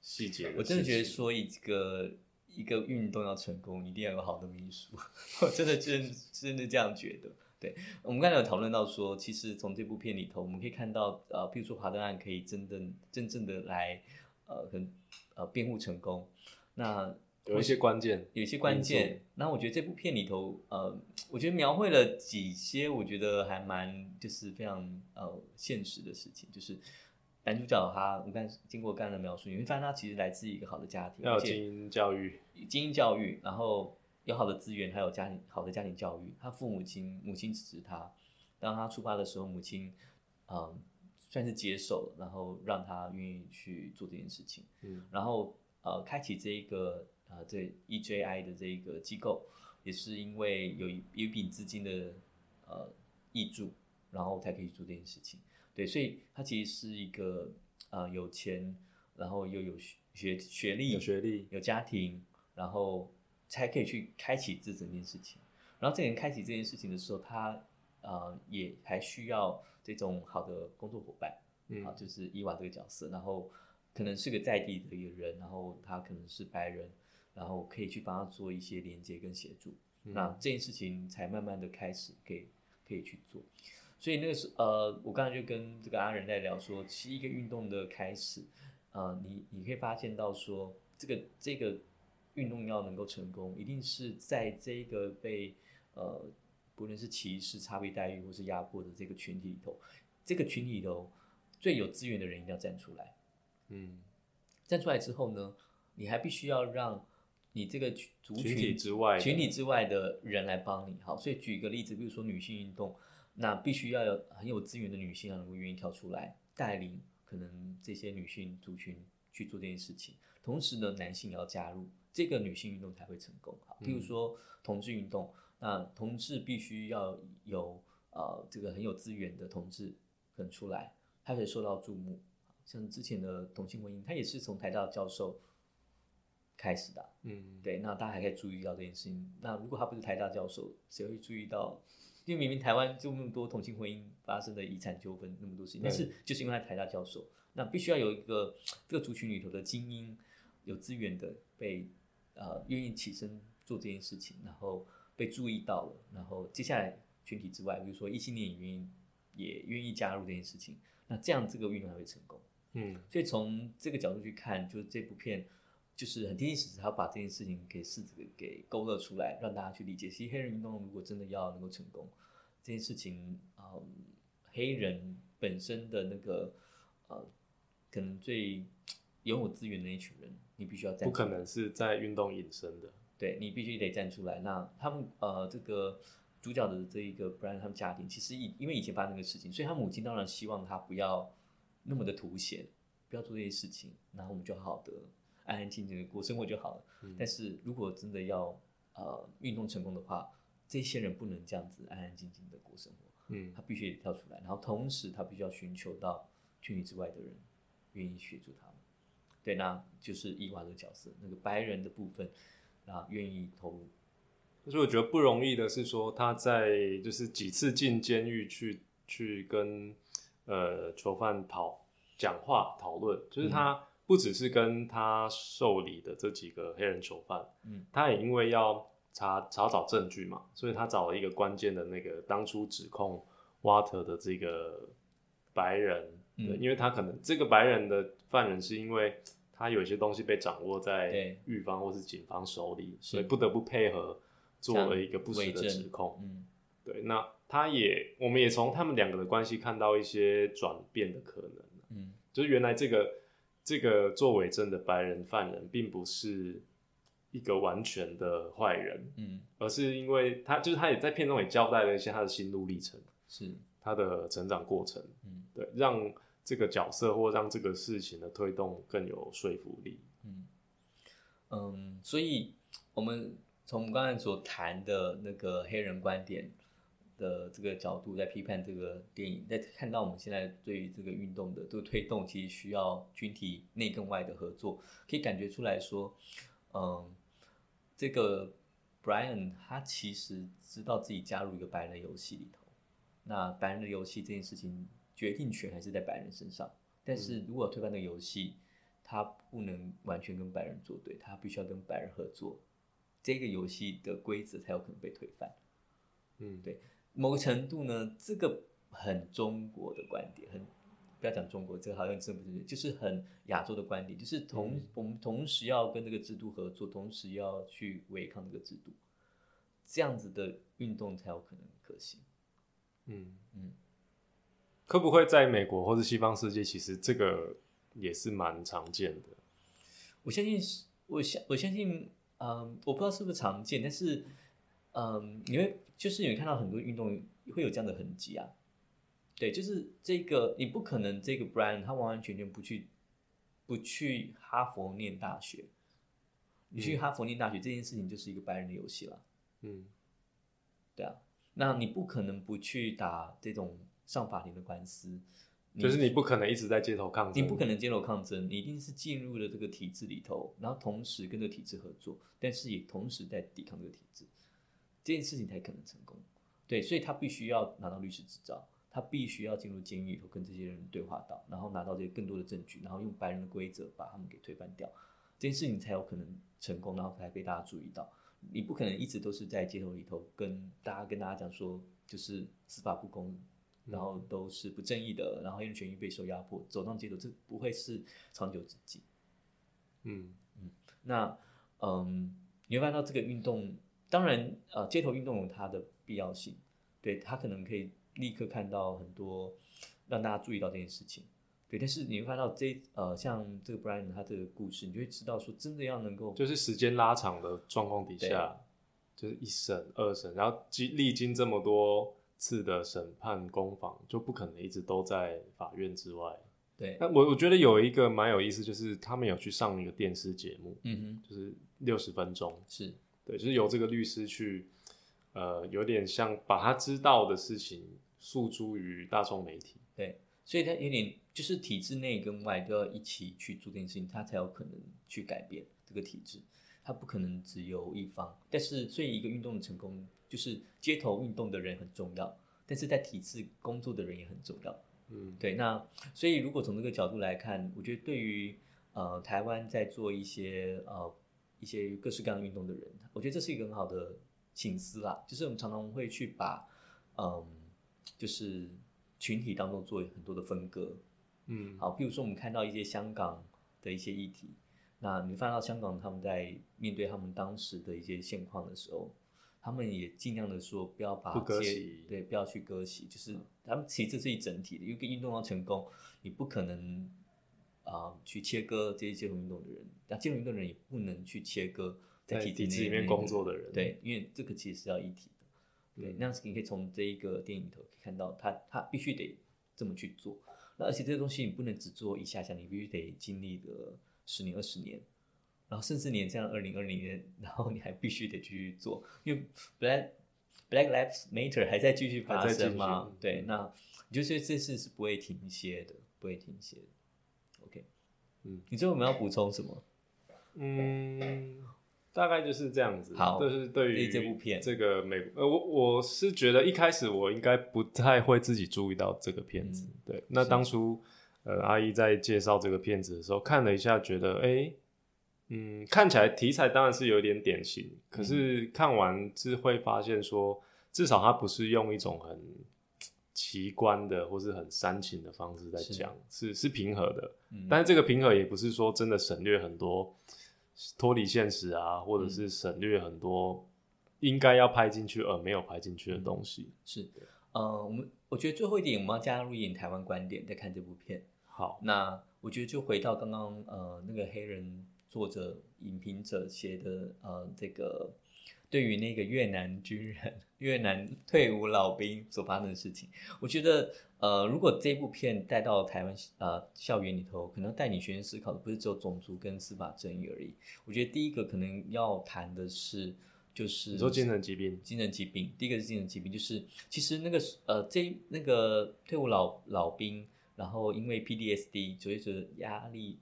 Speaker 2: 细节的事情。
Speaker 1: 嗯我真的觉得说一个一个运动要成功，一定要有好的秘书， [LAUGHS] 我真的真真的这样觉得。对，我们刚才有讨论到说，其实从这部片里头，我们可以看到，呃，比如说华灯案可以真正真正的来，呃，可能呃辩护成功，那
Speaker 2: 有一些关键，
Speaker 1: 有一些关
Speaker 2: 没
Speaker 1: 键。然后我觉得这部片里头，呃，我觉得描绘了几些我觉得还蛮就是非常呃现实的事情，就是男主角他，我刚经过刚才的描述，你会发现他其实来自一个好的家庭，
Speaker 2: 要
Speaker 1: 而
Speaker 2: 有
Speaker 1: 且
Speaker 2: 精英教育，
Speaker 1: 精英教育，然后有好的资源，还有家庭好的家庭教育。他父母亲母亲支持他，当他出发的时候，母亲嗯算是接受了，然后让他愿意去做这件事情。
Speaker 2: 嗯，
Speaker 1: 然后呃，开启这一个呃这 EJI 的这一个机构，也是因为有一有一笔资金的呃益助，然后才可以做这件事情。对，所以他其实是一个呃有钱，然后又有学学学历，
Speaker 2: 有学历，
Speaker 1: 有家庭，然后才可以去开启这整件事情。然后这个人开启这件事情的时候，他呃也还需要这种好的工作伙伴，
Speaker 2: 嗯
Speaker 1: 啊，就是伊娃这个角色，然后可能是个在地的一个人，然后他可能是白人，然后可以去帮他做一些连接跟协助。
Speaker 2: 嗯
Speaker 1: 那这件事情才慢慢的开始可以可以去做。所以那个时呃，我刚才就跟这个阿仁在聊说，其实一个运动的开始，呃，你你可以发现到说，这个这个运动要能够成功，一定是在这个被呃，不论是歧视、差别待遇或是压迫的这个群体里头，这个群体里头最有资源的人一定要站出来。
Speaker 2: 嗯，
Speaker 1: 站出来之后呢，你还必须要让你这个群族
Speaker 2: 群
Speaker 1: 群
Speaker 2: 体之外的
Speaker 1: 群体之外的人来帮你。好，所以举一个例子，比如说女性运动，那必须要有很有资源的女性要啊能够愿意跳出来，带领可能这些女性族群去做这件事情。同时呢，男性也要加入，这个女性运动才会成功。好，譬如说同志运动，那同志必须要有呃这个很有资源的同志可能出来，他可以受到注目。像之前的同性婚姻，他也是从台大教授开始的啊、
Speaker 2: 嗯，
Speaker 1: 对，那大家还可以注意到这件事情。那如果他不是台大教授，谁会注意到因为明明台湾就那么多同性婚姻发生的遗产纠纷那么多事情，但是就是因为他台大教授，那必须要有一个这个族群里头的精英、有资源的被呃愿意起身做这件事情，然后被注意到了，然后接下来群体之外，比如说异性恋也愿意也愿意加入这件事情，那这样这个运动才会成功。
Speaker 2: 嗯
Speaker 1: 所以从这个角度去看，就是这部片就是很贴近事实，他把这件事情给试着给勾勒出来，让大家去理解。其实黑人运动如果真的要能够成功，这件事情，嗯，黑人本身的那个呃，可能最拥有资源的那一群人，你必须要站
Speaker 2: 不
Speaker 1: 出
Speaker 2: 可
Speaker 1: 来，
Speaker 2: 能是在运动隐身的。
Speaker 1: 对你必须得站出来。那他们呃，这个。主角的这一个 b r a n 他们家庭，其实以因为以前发生那个事情，所以他母亲当然希望他不要那么的凸显，不要做这些事情，然后我们就好好的安安静静的过生活就好了。
Speaker 2: 嗯
Speaker 1: 但是如果真的要呃运动成功的话，这些人不能这样子安安静静的过生活，
Speaker 2: 嗯
Speaker 1: 他必须得跳出来，然后同时他必须要寻求到群体之外的人愿意协助他们。对，那就是伊娃的角色，那个白人的部分，那愿意投入。
Speaker 2: 但是我觉得不容易的是说，他在就是几次进监狱去去跟呃囚犯讨讲话讨论，就是
Speaker 1: 嗯
Speaker 2: 他不只是跟他受理的这几个黑人囚犯，
Speaker 1: 嗯，
Speaker 2: 他也因为要查查找证据嘛，所以他找了一个关键的那个当初指控 Water 的这个白人，
Speaker 1: 嗯
Speaker 2: 对，因为他可能这个白人的犯人是因为他有一些东西被掌握在
Speaker 1: 对
Speaker 2: 狱方或是警方手里，
Speaker 1: 是
Speaker 2: 所以不得不配合做了一个不实的
Speaker 1: 伪证
Speaker 2: 指控。
Speaker 1: 嗯
Speaker 2: 对，那他也，我们也从他们两个的关系看到一些转变的可能。
Speaker 1: 嗯
Speaker 2: 就是原来这个这个作伪证的白人犯人，并不是一个完全的坏人，
Speaker 1: 嗯，
Speaker 2: 而是因为他就是他也在片中也交代了一些他的心路历程，
Speaker 1: 是
Speaker 2: 他的成长过程，
Speaker 1: 嗯
Speaker 2: 对，让这个角色或让这个事情的推动更有说服力。
Speaker 1: 嗯，嗯，所以我们从我们刚才所谈的那个黑人观点的这个角度，在批判这个电影，在看到我们现在对于这个运动的这个推动，其实需要军体内跟外的合作，可以感觉出来说，嗯，这个 Brian 他其实知道自己加入一个白人的游戏里头，那白人的游戏这件事情决定权还是在白人身上，但是如果推翻那个游戏，他不能完全跟白人作对，他必须要跟白人合作，这个游戏的规则才有可能被推翻。
Speaker 2: 嗯，
Speaker 1: 对某个程度呢，这个很中国的观点，很不要讲中国，这个好像真的不是，就是很亚洲的观点，就是同、
Speaker 2: 嗯
Speaker 1: 我们同时要跟这个制度合作，同时要去违抗这个制度，这样子的运动才有可能可行。
Speaker 2: 嗯
Speaker 1: 嗯
Speaker 2: 嗯，会不会在美国或是西方世界，其实这个也是蛮常见的？
Speaker 1: 我相信是，我相我相信，嗯，我不知道是不是常见，但是，嗯，你会就是你会看到很多运动会有这样的痕迹啊。对，就是这个，你不可能这个 Brian 他完完全全不去不去哈佛念大学，你去
Speaker 2: 嗯
Speaker 1: 哈佛念大学这件事情就是一个白人的游戏了。
Speaker 2: 嗯
Speaker 1: 对啊，那你不可能不去打这种上法庭的官司，
Speaker 2: 就是你不可能一直在街头抗争，
Speaker 1: 你不可能街头抗争，你一定是进入了这个体制里头，然后同时跟这个体制合作，但是也同时在抵抗这个体制，这件事情才可能成功。对，所以他必须要拿到律师执照，他必须要进入监狱里头跟这些人对话到，然后拿到这些更多的证据，然后用白人的规则把他们给推翻掉，这件事情才有可能成功，然后才被大家注意到。你不可能一直都是在街头里头跟大家跟大家讲说，就是司法不公，然后都是不正义的，然后黑人权益备受压迫，走上街头，这不会是长久之计。
Speaker 2: 嗯
Speaker 1: 那嗯，你会发现到这个运动，当然呃，街头运动有它的必要性，对它可能可以立刻看到很多让大家注意到这件事情，对。但是你会发现到这呃，像这个 Brian 他这个故事，你就会知道说，真的要能够
Speaker 2: 就是时间拉长的状况底下，就是一审、二审，然后经历经这么多次的审判攻防，就不可能一直都在法院之外。
Speaker 1: 对，
Speaker 2: 那我我觉得有一个蛮有意思，就是他们有去上一个电视节目，
Speaker 1: 嗯哼，
Speaker 2: 就是六十分钟，
Speaker 1: 是
Speaker 2: 对，就是由这个律师去，呃，有点像把他知道的事情诉诸于大众媒体。
Speaker 1: 对，所以他有点就是体制内跟外都要一起去做这件事情，他才有可能去改变这个体制。它不可能只有一方。但是，所以一个运动的成功，就是街头运动的人很重要，但是在体制工作的人也很重要。
Speaker 2: 嗯，
Speaker 1: 对，那所以如果从这个角度来看，我觉得对于呃台湾在做一些呃一些各式各样的运动的人，我觉得这是一个很好的醒思啦。就是我们常常会去把嗯、就是群体当中做很多的分割。
Speaker 2: 嗯，
Speaker 1: 好，譬如说我们看到一些香港的一些议题，那你发现到香港他们在面对他们当时的一些现况的时候，他们也尽量的说不要把
Speaker 2: 不割
Speaker 1: 阶
Speaker 2: 席嗯
Speaker 1: 对，不要去割席，就是他们其实这是一整体的，一个运动要成功，你不可能啊、去切割这些街头运动的人，那街头运动的人也不能去切割在
Speaker 2: 在
Speaker 1: 体制
Speaker 2: 体制里
Speaker 1: 内
Speaker 2: 面
Speaker 1: 那
Speaker 2: 工
Speaker 1: 个
Speaker 2: 作的人，，
Speaker 1: 对，因为这个其实是要一体的。对，
Speaker 2: 嗯
Speaker 1: 那你可以从这一个电影里头可以看到他，他必须得这么去做。那而且这些东西你不能只做一下下，你必须得经历个十年、二十年，然后甚至年这样二零二零年，然后你还必须得继续做，因为本来 Black Lives Matter 还在继续发
Speaker 2: 还在继
Speaker 1: 生
Speaker 2: 续
Speaker 1: 嘛
Speaker 2: 嗯。
Speaker 1: 对，那你就觉得这事是不会停歇的，不会停歇的。OK，
Speaker 2: 嗯，
Speaker 1: 你最后我们要补充什么？
Speaker 2: 嗯，大概就是这样子。
Speaker 1: 好
Speaker 2: 就是
Speaker 1: 对
Speaker 2: 对于
Speaker 1: 于这部片
Speaker 2: 这个美，呃，我我是觉得一开始我应该不太会自己注意到这个片子。
Speaker 1: 嗯
Speaker 2: 对，那
Speaker 1: 是
Speaker 2: 当初呃阿姨在介绍这个片子的时候，看了一下，觉得哎、诶嗯，看起来题材当然是有点典型，可是
Speaker 1: 嗯
Speaker 2: 看完是会发现说，至少它不是用一种很。奇观的或是很煽情的方式在
Speaker 1: 是
Speaker 2: 讲，是是平和的，
Speaker 1: 嗯，
Speaker 2: 但是这个平和也不是说真的省略很多脱离现实啊，或者是省略很多应该要拍进去而没有拍进去的东西。
Speaker 1: 是，呃，我们我觉得最后一点，我们要加入一点台湾观点，在看这部片。
Speaker 2: 好，
Speaker 1: 那我觉得就回到刚刚呃那个黑人作者影评者写的呃这个对于那个越南军人、 [LAUGHS] 越南退伍老兵所发生的事情，我觉得呃如果这部片带到台湾呃校园里头，可能带你学生思考的不是只有种族跟司法正义而已。我觉得第一个可能要谈的是。就是
Speaker 2: 你说精神疾病，
Speaker 1: 精神疾病，第一个是精神疾病，就是其实那个呃，这那个退伍老老兵，然后因为 PDSD，就是压力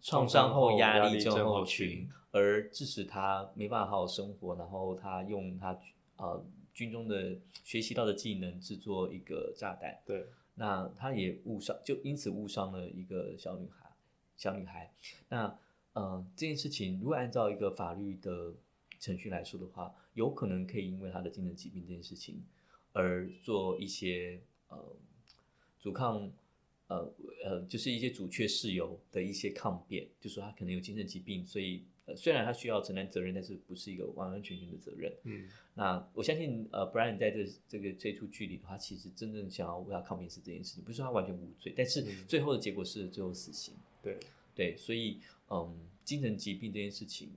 Speaker 1: 创
Speaker 2: 创
Speaker 1: 伤
Speaker 2: 伤
Speaker 1: 后
Speaker 2: 后
Speaker 1: 压
Speaker 2: 压
Speaker 1: 力
Speaker 2: 力
Speaker 1: 症
Speaker 2: 症
Speaker 1: 候
Speaker 2: 候
Speaker 1: 群
Speaker 2: 群，
Speaker 1: 而致使他没办法好好生活，然后他用他呃军中的学习到的技能制作一个炸弹，
Speaker 2: 对，
Speaker 1: 那他也误伤，就因此误伤了一个小女孩，小女孩。那呃，这件事情如果按照一个法律的程序来说的话，有可能可以因为她的精神疾病这件事情而做一些呃阻抗。呃呃，就是一些阻却事由的一些抗辩，就说他可能有精神疾病，所以、呃、虽然他需要承担责任，但是不是一个完完全全的责任。
Speaker 2: 嗯，
Speaker 1: 那我相信，呃，Brian 在这这个这出剧里的话，其实真正想要为他抗辩是这件事情，不是说他完全无罪，但是
Speaker 2: 嗯
Speaker 1: 最后的结果是最后死刑。
Speaker 2: 对，
Speaker 1: 对，所以，嗯，精神疾病这件事情，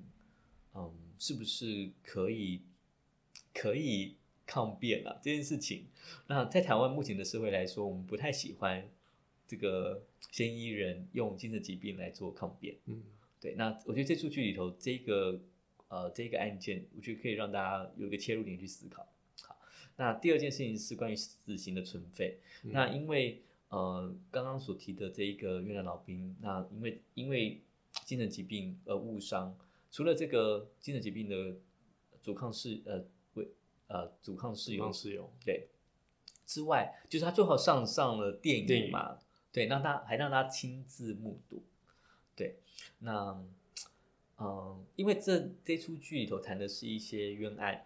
Speaker 1: 嗯，是不是可以可以抗辩啊？这件事情，那在台湾目前的社会来说，我们不太喜欢这个嫌疑人用精神疾病来做抗辩。
Speaker 2: 嗯，
Speaker 1: 对，那我觉得这出剧里头这个呃这个案件，我觉得可以让大家有一个切入点去思考。好，那第二件事情是关于死刑的存废。
Speaker 2: 嗯
Speaker 1: 那因为呃刚刚所提的这一个越南老兵，那因为因为精神疾病而误伤，除了这个精神疾病的阻抗事呃为呃阻抗事
Speaker 2: 希望
Speaker 1: 由
Speaker 2: 是有，
Speaker 1: 对之外，就是他最后上上了电
Speaker 2: 电
Speaker 1: 影
Speaker 2: 影
Speaker 1: 嘛，对，让他还让他亲自目睹，对，那嗯，因为这这出剧里头谈的是一些冤案，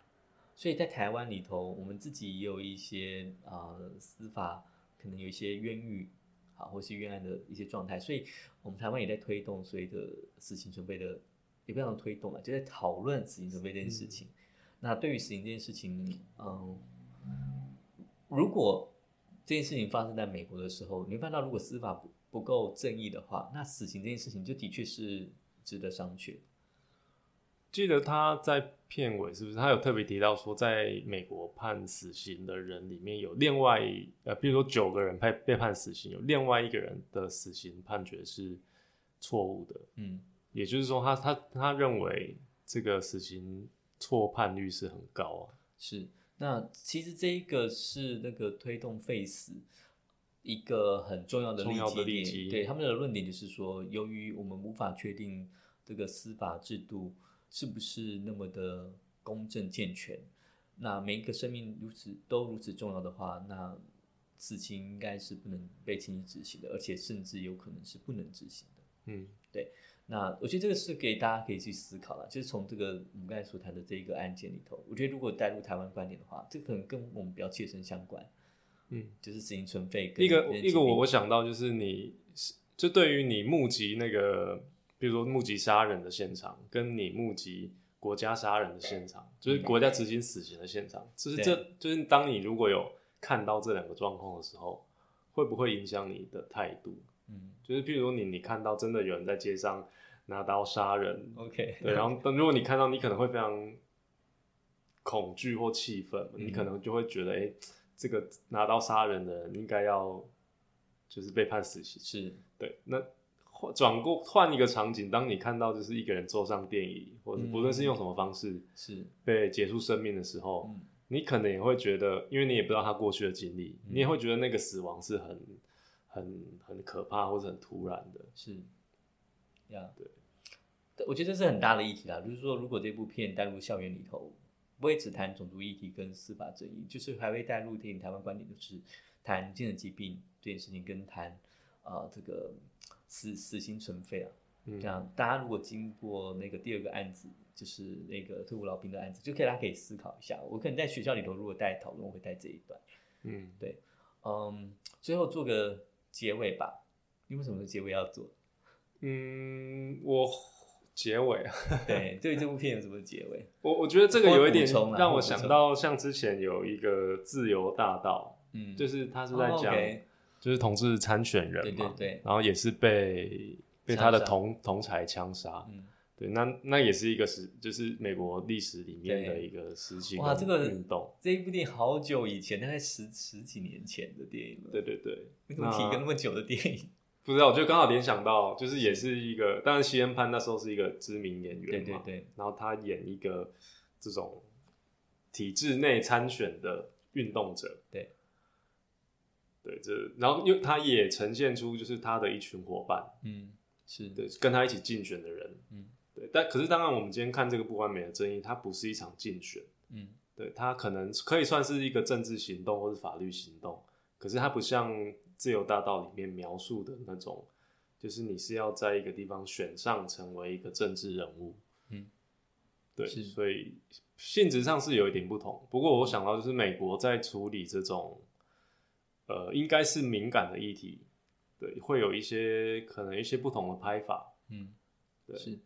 Speaker 1: 所以在台湾里头，我们自己也有一些呃司法可能有一些冤狱啊，或是冤案的一些状态，所以我们台湾也在推动所谓的死刑准备的，也不要讲推动了，就在讨论死刑准备这件事情。那对于死刑这件事情，嗯，如果这件事情发生在美国的时候，你会看到，如果司法不不够正义的话，那死刑这件事情就的确是值得商榷。
Speaker 2: 记得他在片尾是不是他有特别提到说，在美国判死刑的人里面有另外呃，比如说九个人被被判死刑，有另外一个人的死刑判决是错误的，
Speaker 1: 嗯，
Speaker 2: 也就是说他，他他认为这个死刑错判率是很高啊。
Speaker 1: 是。那其实这一个是那个推动 face 一个很重要的
Speaker 2: 重要的
Speaker 1: 利
Speaker 2: 利
Speaker 1: 基
Speaker 2: 基
Speaker 1: 点。对他们的论点就是说，由于我们无法确定这个司法制度是不是那么的公正健全？那每一个生命如此都如此重要的话，那死刑应该是不能被轻易执行的，而且甚至有可能是不能执行的。
Speaker 2: 嗯
Speaker 1: 那我觉得这个是给大家可以去思考了，就是从这个我们刚才所谈的这一个案件里头，我觉得如果带入台湾观点的话，这可能跟我们比较切身相关，
Speaker 2: 嗯，
Speaker 1: 就是死刑存废跟
Speaker 2: 一个
Speaker 1: 人
Speaker 2: 一
Speaker 1: 性
Speaker 2: 个
Speaker 1: 命
Speaker 2: 我我想到就是你，就对于你目击那个，比如说目击杀人的现场，跟你目击国家杀人的现场，就是国家执行死刑的现场，就是
Speaker 1: 对
Speaker 2: 这就是当你如果有看到这两个状况的时候，会不会影响你的态度？
Speaker 1: 嗯
Speaker 2: 就是譬如说你你看到真的有人在街上拿刀杀人，
Speaker 1: ，OK，
Speaker 2: 对，然后但如果你看到，你可能会非常恐惧或气愤，
Speaker 1: 嗯
Speaker 2: 你可能就会觉得，哎、这个拿刀杀人的人应该要就是被判死刑。
Speaker 1: 是
Speaker 2: 对，那换转过换一个场景，当你看到就是一个人坐上电椅，或者
Speaker 1: 嗯
Speaker 2: 不论是用什么方式
Speaker 1: 是，
Speaker 2: 被结束生命的时候，
Speaker 1: 嗯
Speaker 2: 你可能也会觉得，因为你也不知道他过去的经历，
Speaker 1: 嗯
Speaker 2: 你也会觉得那个死亡是很很很可怕或者很突然的。
Speaker 1: 是，呀、对，我觉得这是很大的议题啦。就是说，如果这部片带入校园里头，不会只谈种族议题跟司法正义，就是还会带入电影台湾观点，就是谈精神疾病这件事情，跟谈呃这个死死刑存废啊。
Speaker 2: 嗯
Speaker 1: 这样，大家如果经过那个第二个案子，就是那个退伍老兵的案子，就可以大家可以思考一下。我可能在学校里头如果带讨论，我会带这一段。
Speaker 2: 嗯，
Speaker 1: 嗯，最后做个结尾吧。你为什么说结尾要做？ [LAUGHS]
Speaker 2: 嗯，我结尾
Speaker 1: 对，对这部片有什么结尾？
Speaker 2: 我我觉得这个有一点
Speaker 1: 或补充啦
Speaker 2: 让
Speaker 1: 或
Speaker 2: 我
Speaker 1: 补
Speaker 2: 想
Speaker 1: 充
Speaker 2: 到，像之前有一个自由大道，
Speaker 1: 嗯，
Speaker 2: [LAUGHS] 就是他是
Speaker 1: 哦
Speaker 2: 在讲，
Speaker 1: OK
Speaker 2: 就是同志参选人
Speaker 1: 对
Speaker 2: 嘛，
Speaker 1: 对
Speaker 2: [LAUGHS]
Speaker 1: 对，
Speaker 2: 然后也是被被他
Speaker 1: 枪
Speaker 2: 的
Speaker 1: 杀
Speaker 2: 同同才枪杀，
Speaker 1: 嗯，
Speaker 2: 对，那那也是一个时，就是美国历史里面的
Speaker 1: 对
Speaker 2: 一个时期
Speaker 1: 哇
Speaker 2: 跟
Speaker 1: 这个
Speaker 2: 运动，
Speaker 1: 这一部电影好久以前，大概十十几年前的电影了。
Speaker 2: 对，对对，
Speaker 1: 为什么提一
Speaker 2: 那
Speaker 1: 个那么久的电
Speaker 2: [LAUGHS]
Speaker 1: 影？
Speaker 2: 不知道，我就刚好联想到，就是也是一个，当然西恩潘那时候是一个知名演员
Speaker 1: 对
Speaker 2: 嘛，
Speaker 1: 对对，
Speaker 2: 然后他演一个这种体制内参选的运动者，
Speaker 1: 对，
Speaker 2: 对，这然后又他也呈现出就是他的一群伙伴，
Speaker 1: 嗯，是
Speaker 2: 对，跟他一起竞选的人，
Speaker 1: 嗯，
Speaker 2: 对，但可是当然我们今天看这个不完美的正义，它不是一场竞选，
Speaker 1: 嗯
Speaker 2: 对，它可能可以算是一个政治行动或是法律行动，可是它不像《自由大道》里面描述的那种，就是你是要在一个地方选上成为一个政治人物，
Speaker 1: 嗯，
Speaker 2: 对，
Speaker 1: 是
Speaker 2: 所以性质上是有一点不同。不过我想到就是美国在处理这种，呃，应该是敏感的议题，对，会有一些可能一些不同的拍法，
Speaker 1: 嗯，
Speaker 2: 对
Speaker 1: 是。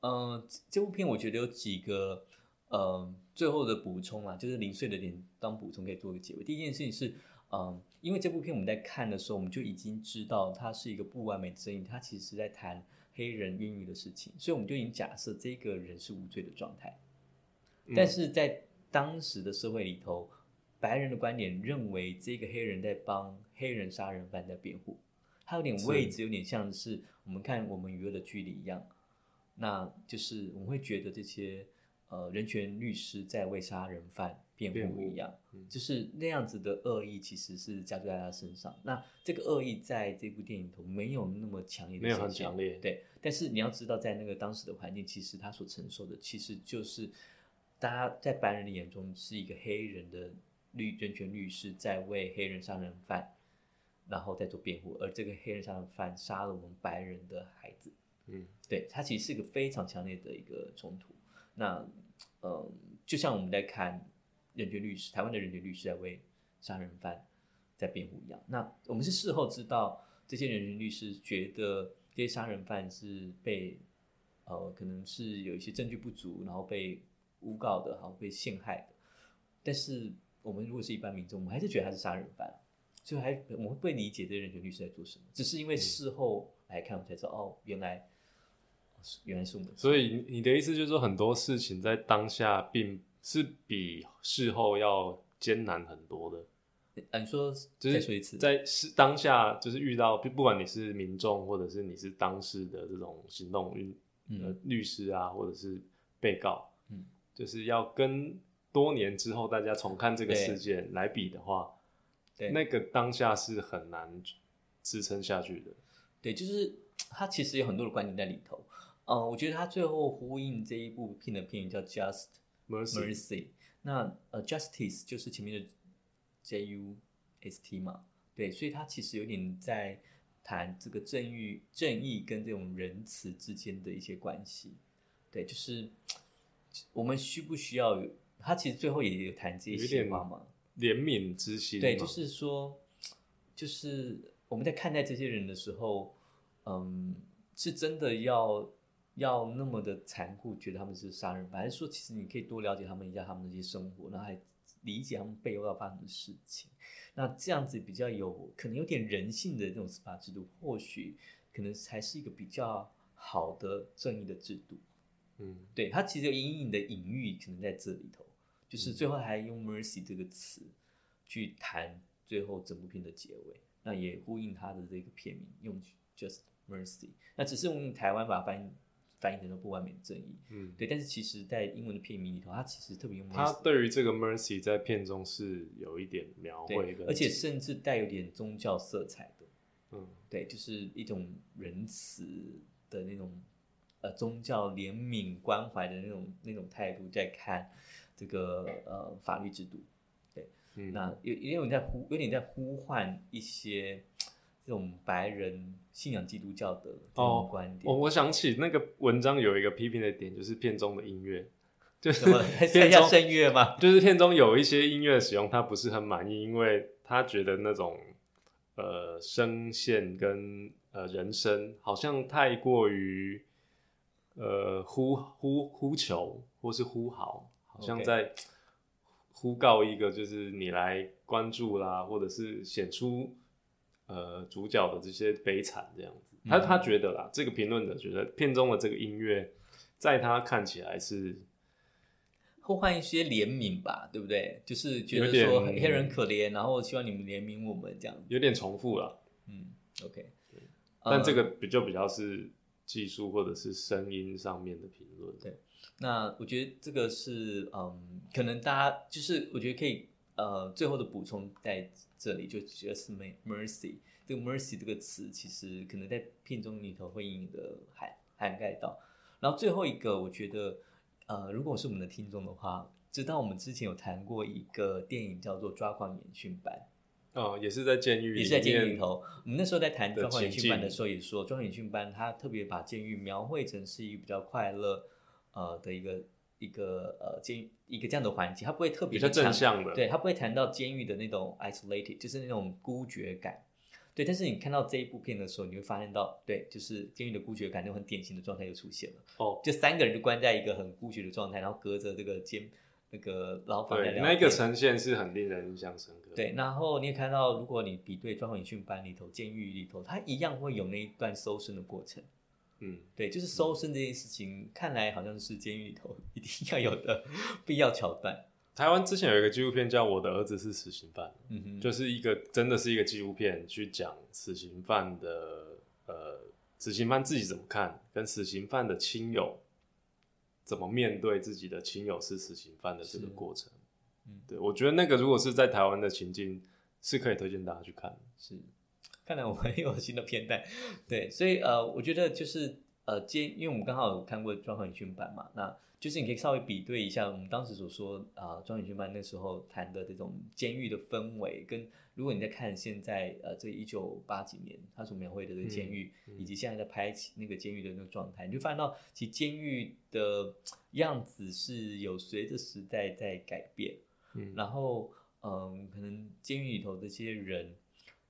Speaker 1: 呃，这这部片我觉得有几个呃最后的补充啊，就是零碎的点当补充可以做个结尾。第一件事情是，嗯、因为这部片我们在看的时候，我们就已经知道它是一个不完美的正义，它其实在谈黑人孕育的事情，所以我们就已经假设这个人是无罪的状态。
Speaker 2: 嗯
Speaker 1: 但是在当时的社会里头，白人的观点认为这个黑人在帮黑人杀人犯在辩护，他有点
Speaker 2: 是
Speaker 1: 位置，有点像是我们看我们娱乐的距离一样，那就是我们会觉得这些呃人权律师在为杀人犯辩
Speaker 2: 辩
Speaker 1: 护
Speaker 2: 护
Speaker 1: 一样
Speaker 2: 嗯，
Speaker 1: 就是那样子的恶意其实是加注在他身上。那这个恶意在这部电影里头没有那么强烈的
Speaker 2: 没有很
Speaker 1: 显现
Speaker 2: 强烈，
Speaker 1: 对，但是你要知道，在那个当时的环境，其实他所承受的，其实就是大家在白人的眼中是一个黑人的律人权律师在为黑人杀人犯，然后在做辩护，而这个黑人杀人犯杀了我们白人的孩子，
Speaker 2: 嗯
Speaker 1: 对，它其实是一个非常强烈的一个冲突。那嗯，就像我们在看人权律师，台湾的人权律师在为杀人犯在辩护一样。那我们是事后知道，这些人权律师觉得这些杀人犯是被呃，可能是有一些证据不足，然后被诬告的，然后被陷害的。但是我们如果是一般民众，我们还是觉得他是杀人犯。所以还我们会不会理解这些人权律师在做什么？只是因为事后来看，我们才知道哦，原来原来是我们。
Speaker 2: 所以你你的意思就是说，很多事情在当下并是比事后要艰难很多的。
Speaker 1: 啊，你说
Speaker 2: 就
Speaker 1: 再说一
Speaker 2: 是
Speaker 1: 次，
Speaker 2: 在是当下，就是遇到不不管你是民众或者是你是当事的这种行动运呃
Speaker 1: 嗯
Speaker 2: 律师啊，或者是被告，
Speaker 1: 嗯，
Speaker 2: 就是要跟多年之后大家重看这个
Speaker 1: 对
Speaker 2: 事件来比的话，
Speaker 1: 对
Speaker 2: 那个当下是很难支撑下去的。
Speaker 1: 对，就是它其实有很多的观点在里头。呃，我觉得他最后呼应这一部片的片名叫《Just
Speaker 2: Mercy，
Speaker 1: Mercy》。那呃，Justice 就是前面的 J U S T 嘛，对，所以他其实有点在谈这个正义、正义跟这种仁慈之间的一些关系。对，就是我们需不需要有？他其实最后也有谈这
Speaker 2: 有一
Speaker 1: 些
Speaker 2: 点
Speaker 1: 话嘛，
Speaker 2: 怜悯之心嘛，
Speaker 1: 对，就是说，就是我们在看待这些人的时候，嗯，是真的要要那么的残酷，觉得他们是杀人犯，还是说其实你可以多了解他们一下他们的一些生活，然后还理解他们背后要发生的事情？那这样子比较有可能有点人性的这种司法制度，或许可能才是一个比较好的正义的制度。
Speaker 2: 嗯，
Speaker 1: 对，它其实有隐隐的隐喻，可能在这里头，就是最后还用 mercy 这个词去谈最后整部片的结尾，那也呼应它的这个片名，用 just mercy，那只是我们台湾把它翻译翻译成了不完美的正义，
Speaker 2: 嗯，
Speaker 1: 对，但是其实在英文的片名里头，它其实特别用
Speaker 2: 他
Speaker 1: mercy，
Speaker 2: 对于这个 mercy 在片中是有一点描绘
Speaker 1: 对，
Speaker 2: 跟，
Speaker 1: 而且甚至带有点宗教色彩的，
Speaker 2: 嗯，
Speaker 1: 对，就是一种仁慈的那种，呃，宗教怜悯关怀的那种那种态度在看这个呃法律制度。
Speaker 2: 嗯
Speaker 1: 那有有点在呼，有点在呼唤一些这种白人信仰基督教的这种观点。
Speaker 2: 哦我我想起那个文章有一个批评的点，就是片中的音乐，就
Speaker 1: 什
Speaker 2: 是
Speaker 1: 么
Speaker 2: [LAUGHS] 片
Speaker 1: 参加
Speaker 2: 中
Speaker 1: 圣乐吗？
Speaker 2: 就是片中有一些音乐使用，他不是很满意，因为他觉得那种呃声线跟呃人声好像太过于呃呼呼呼求或是呼嚎，好像
Speaker 1: OK
Speaker 2: 在呼告一个就是你来关注啦，或者是显出呃主角的这些悲惨这样子。他
Speaker 1: 嗯
Speaker 2: 他觉得啦，这个评论者觉得片中的这个音乐，在他看起来是
Speaker 1: 呼唤一些怜悯吧，对不对？就是觉
Speaker 2: 有
Speaker 1: 得
Speaker 2: 点
Speaker 1: 说黑人可怜，然后希望你们怜悯我们这样子。
Speaker 2: 有点重复啦。
Speaker 1: 嗯，OK。
Speaker 2: 但
Speaker 1: 呃
Speaker 2: 这个比就比较是技术或者是声音上面的评论。
Speaker 1: 对那我觉得这个是，嗯，可能大家就是我觉得可以，呃，最后的补充在这里，就 just me- mercy 这个 mercy 这个词，其实可能在片中里头会隐隐的涵涵盖到。然后最后一个，我觉得，呃，如果是我们的听众的话，知道我们之前有谈过一个电影叫做《抓狂演训班》，
Speaker 2: 哦，也是在监狱，
Speaker 1: 也是在监狱里。头。我们那时候在谈
Speaker 2: 的
Speaker 1: 专管演
Speaker 2: 情
Speaker 1: 训班
Speaker 2: 境
Speaker 1: 的时候，也说专管演训班它特别把监狱描绘成是一个比较快乐呃的一个一个呃监狱一个这样的环境，它不会特别
Speaker 2: 比较
Speaker 1: 去谈
Speaker 2: 正向的，
Speaker 1: 对，它不会谈到监狱的那种 isolated，就是那种孤绝感。对，但是你看到这一部片的时候，你会发现到，对，就是监狱的孤绝感，那种很典型的状态又出现了。
Speaker 2: 哦，
Speaker 1: 就三个人就关在一个很孤绝的状态，然后隔着这个监那个牢房在
Speaker 2: 对，
Speaker 1: 聊
Speaker 2: 那个
Speaker 1: 天
Speaker 2: 呈现是很令人印象深刻。，
Speaker 1: 对，然后你也看到，如果你比对专门训班里头、监狱里头，它一样会有那一段搜身的过程。
Speaker 2: 嗯，
Speaker 1: 对，就是搜身这件事情，看来好像是监狱里头 [LAUGHS] 一定要有的必要桥段。
Speaker 2: 台湾之前有一个纪录片叫《我的儿子是死刑犯》，
Speaker 1: 嗯哼，
Speaker 2: 就是一个真的是一个纪录片，去讲死刑犯的呃，死刑犯自己怎么看，跟死刑犯的亲友怎么面对自己的亲友是死刑犯的这个
Speaker 1: 是
Speaker 2: 过程。
Speaker 1: 嗯
Speaker 2: 对，我觉得那个如果是在台湾的情境，是可以推荐大家去看的。
Speaker 1: 是，看来我们又有新的片段。 [LAUGHS] 对，所以呃，我觉得就是呃，监，因为我们刚好有看过《专横训班》嘛，那就是你可以稍微比对一下我们当时所说啊，呃《专横训班》那时候谈的这种监狱的氛围，跟如果你在看现在呃这一九八几年他所描绘的这个监狱，
Speaker 2: 嗯嗯
Speaker 1: 以及现在在拍起那个监狱的那个状态，你就发现到其实监狱的样子是有随着时代在改变。
Speaker 2: 嗯
Speaker 1: 然后，嗯，可能监狱里头这些人，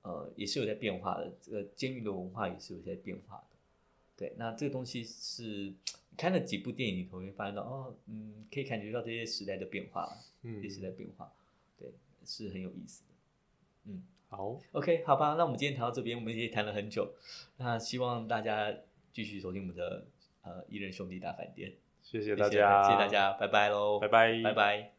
Speaker 1: 呃，也是有在变化的。这个监狱的文化也是有在变化的。对，那这个东西是看了几部电影里头，你会发现到哦，嗯，可以感觉到这些时代的变化，这
Speaker 2: 嗯
Speaker 1: 些时代变化，对，是很有意思的。嗯
Speaker 2: 好，
Speaker 1: ，OK，好吧，那我们今天谈到这边，我们也谈了很久，那希望大家继续收听我们的呃《一人兄弟大饭店》
Speaker 2: 谢谢
Speaker 1: 谢
Speaker 2: 大
Speaker 1: 谢，
Speaker 2: 家，
Speaker 1: 谢谢大，家，拜拜喽，
Speaker 2: 拜拜，
Speaker 1: 拜拜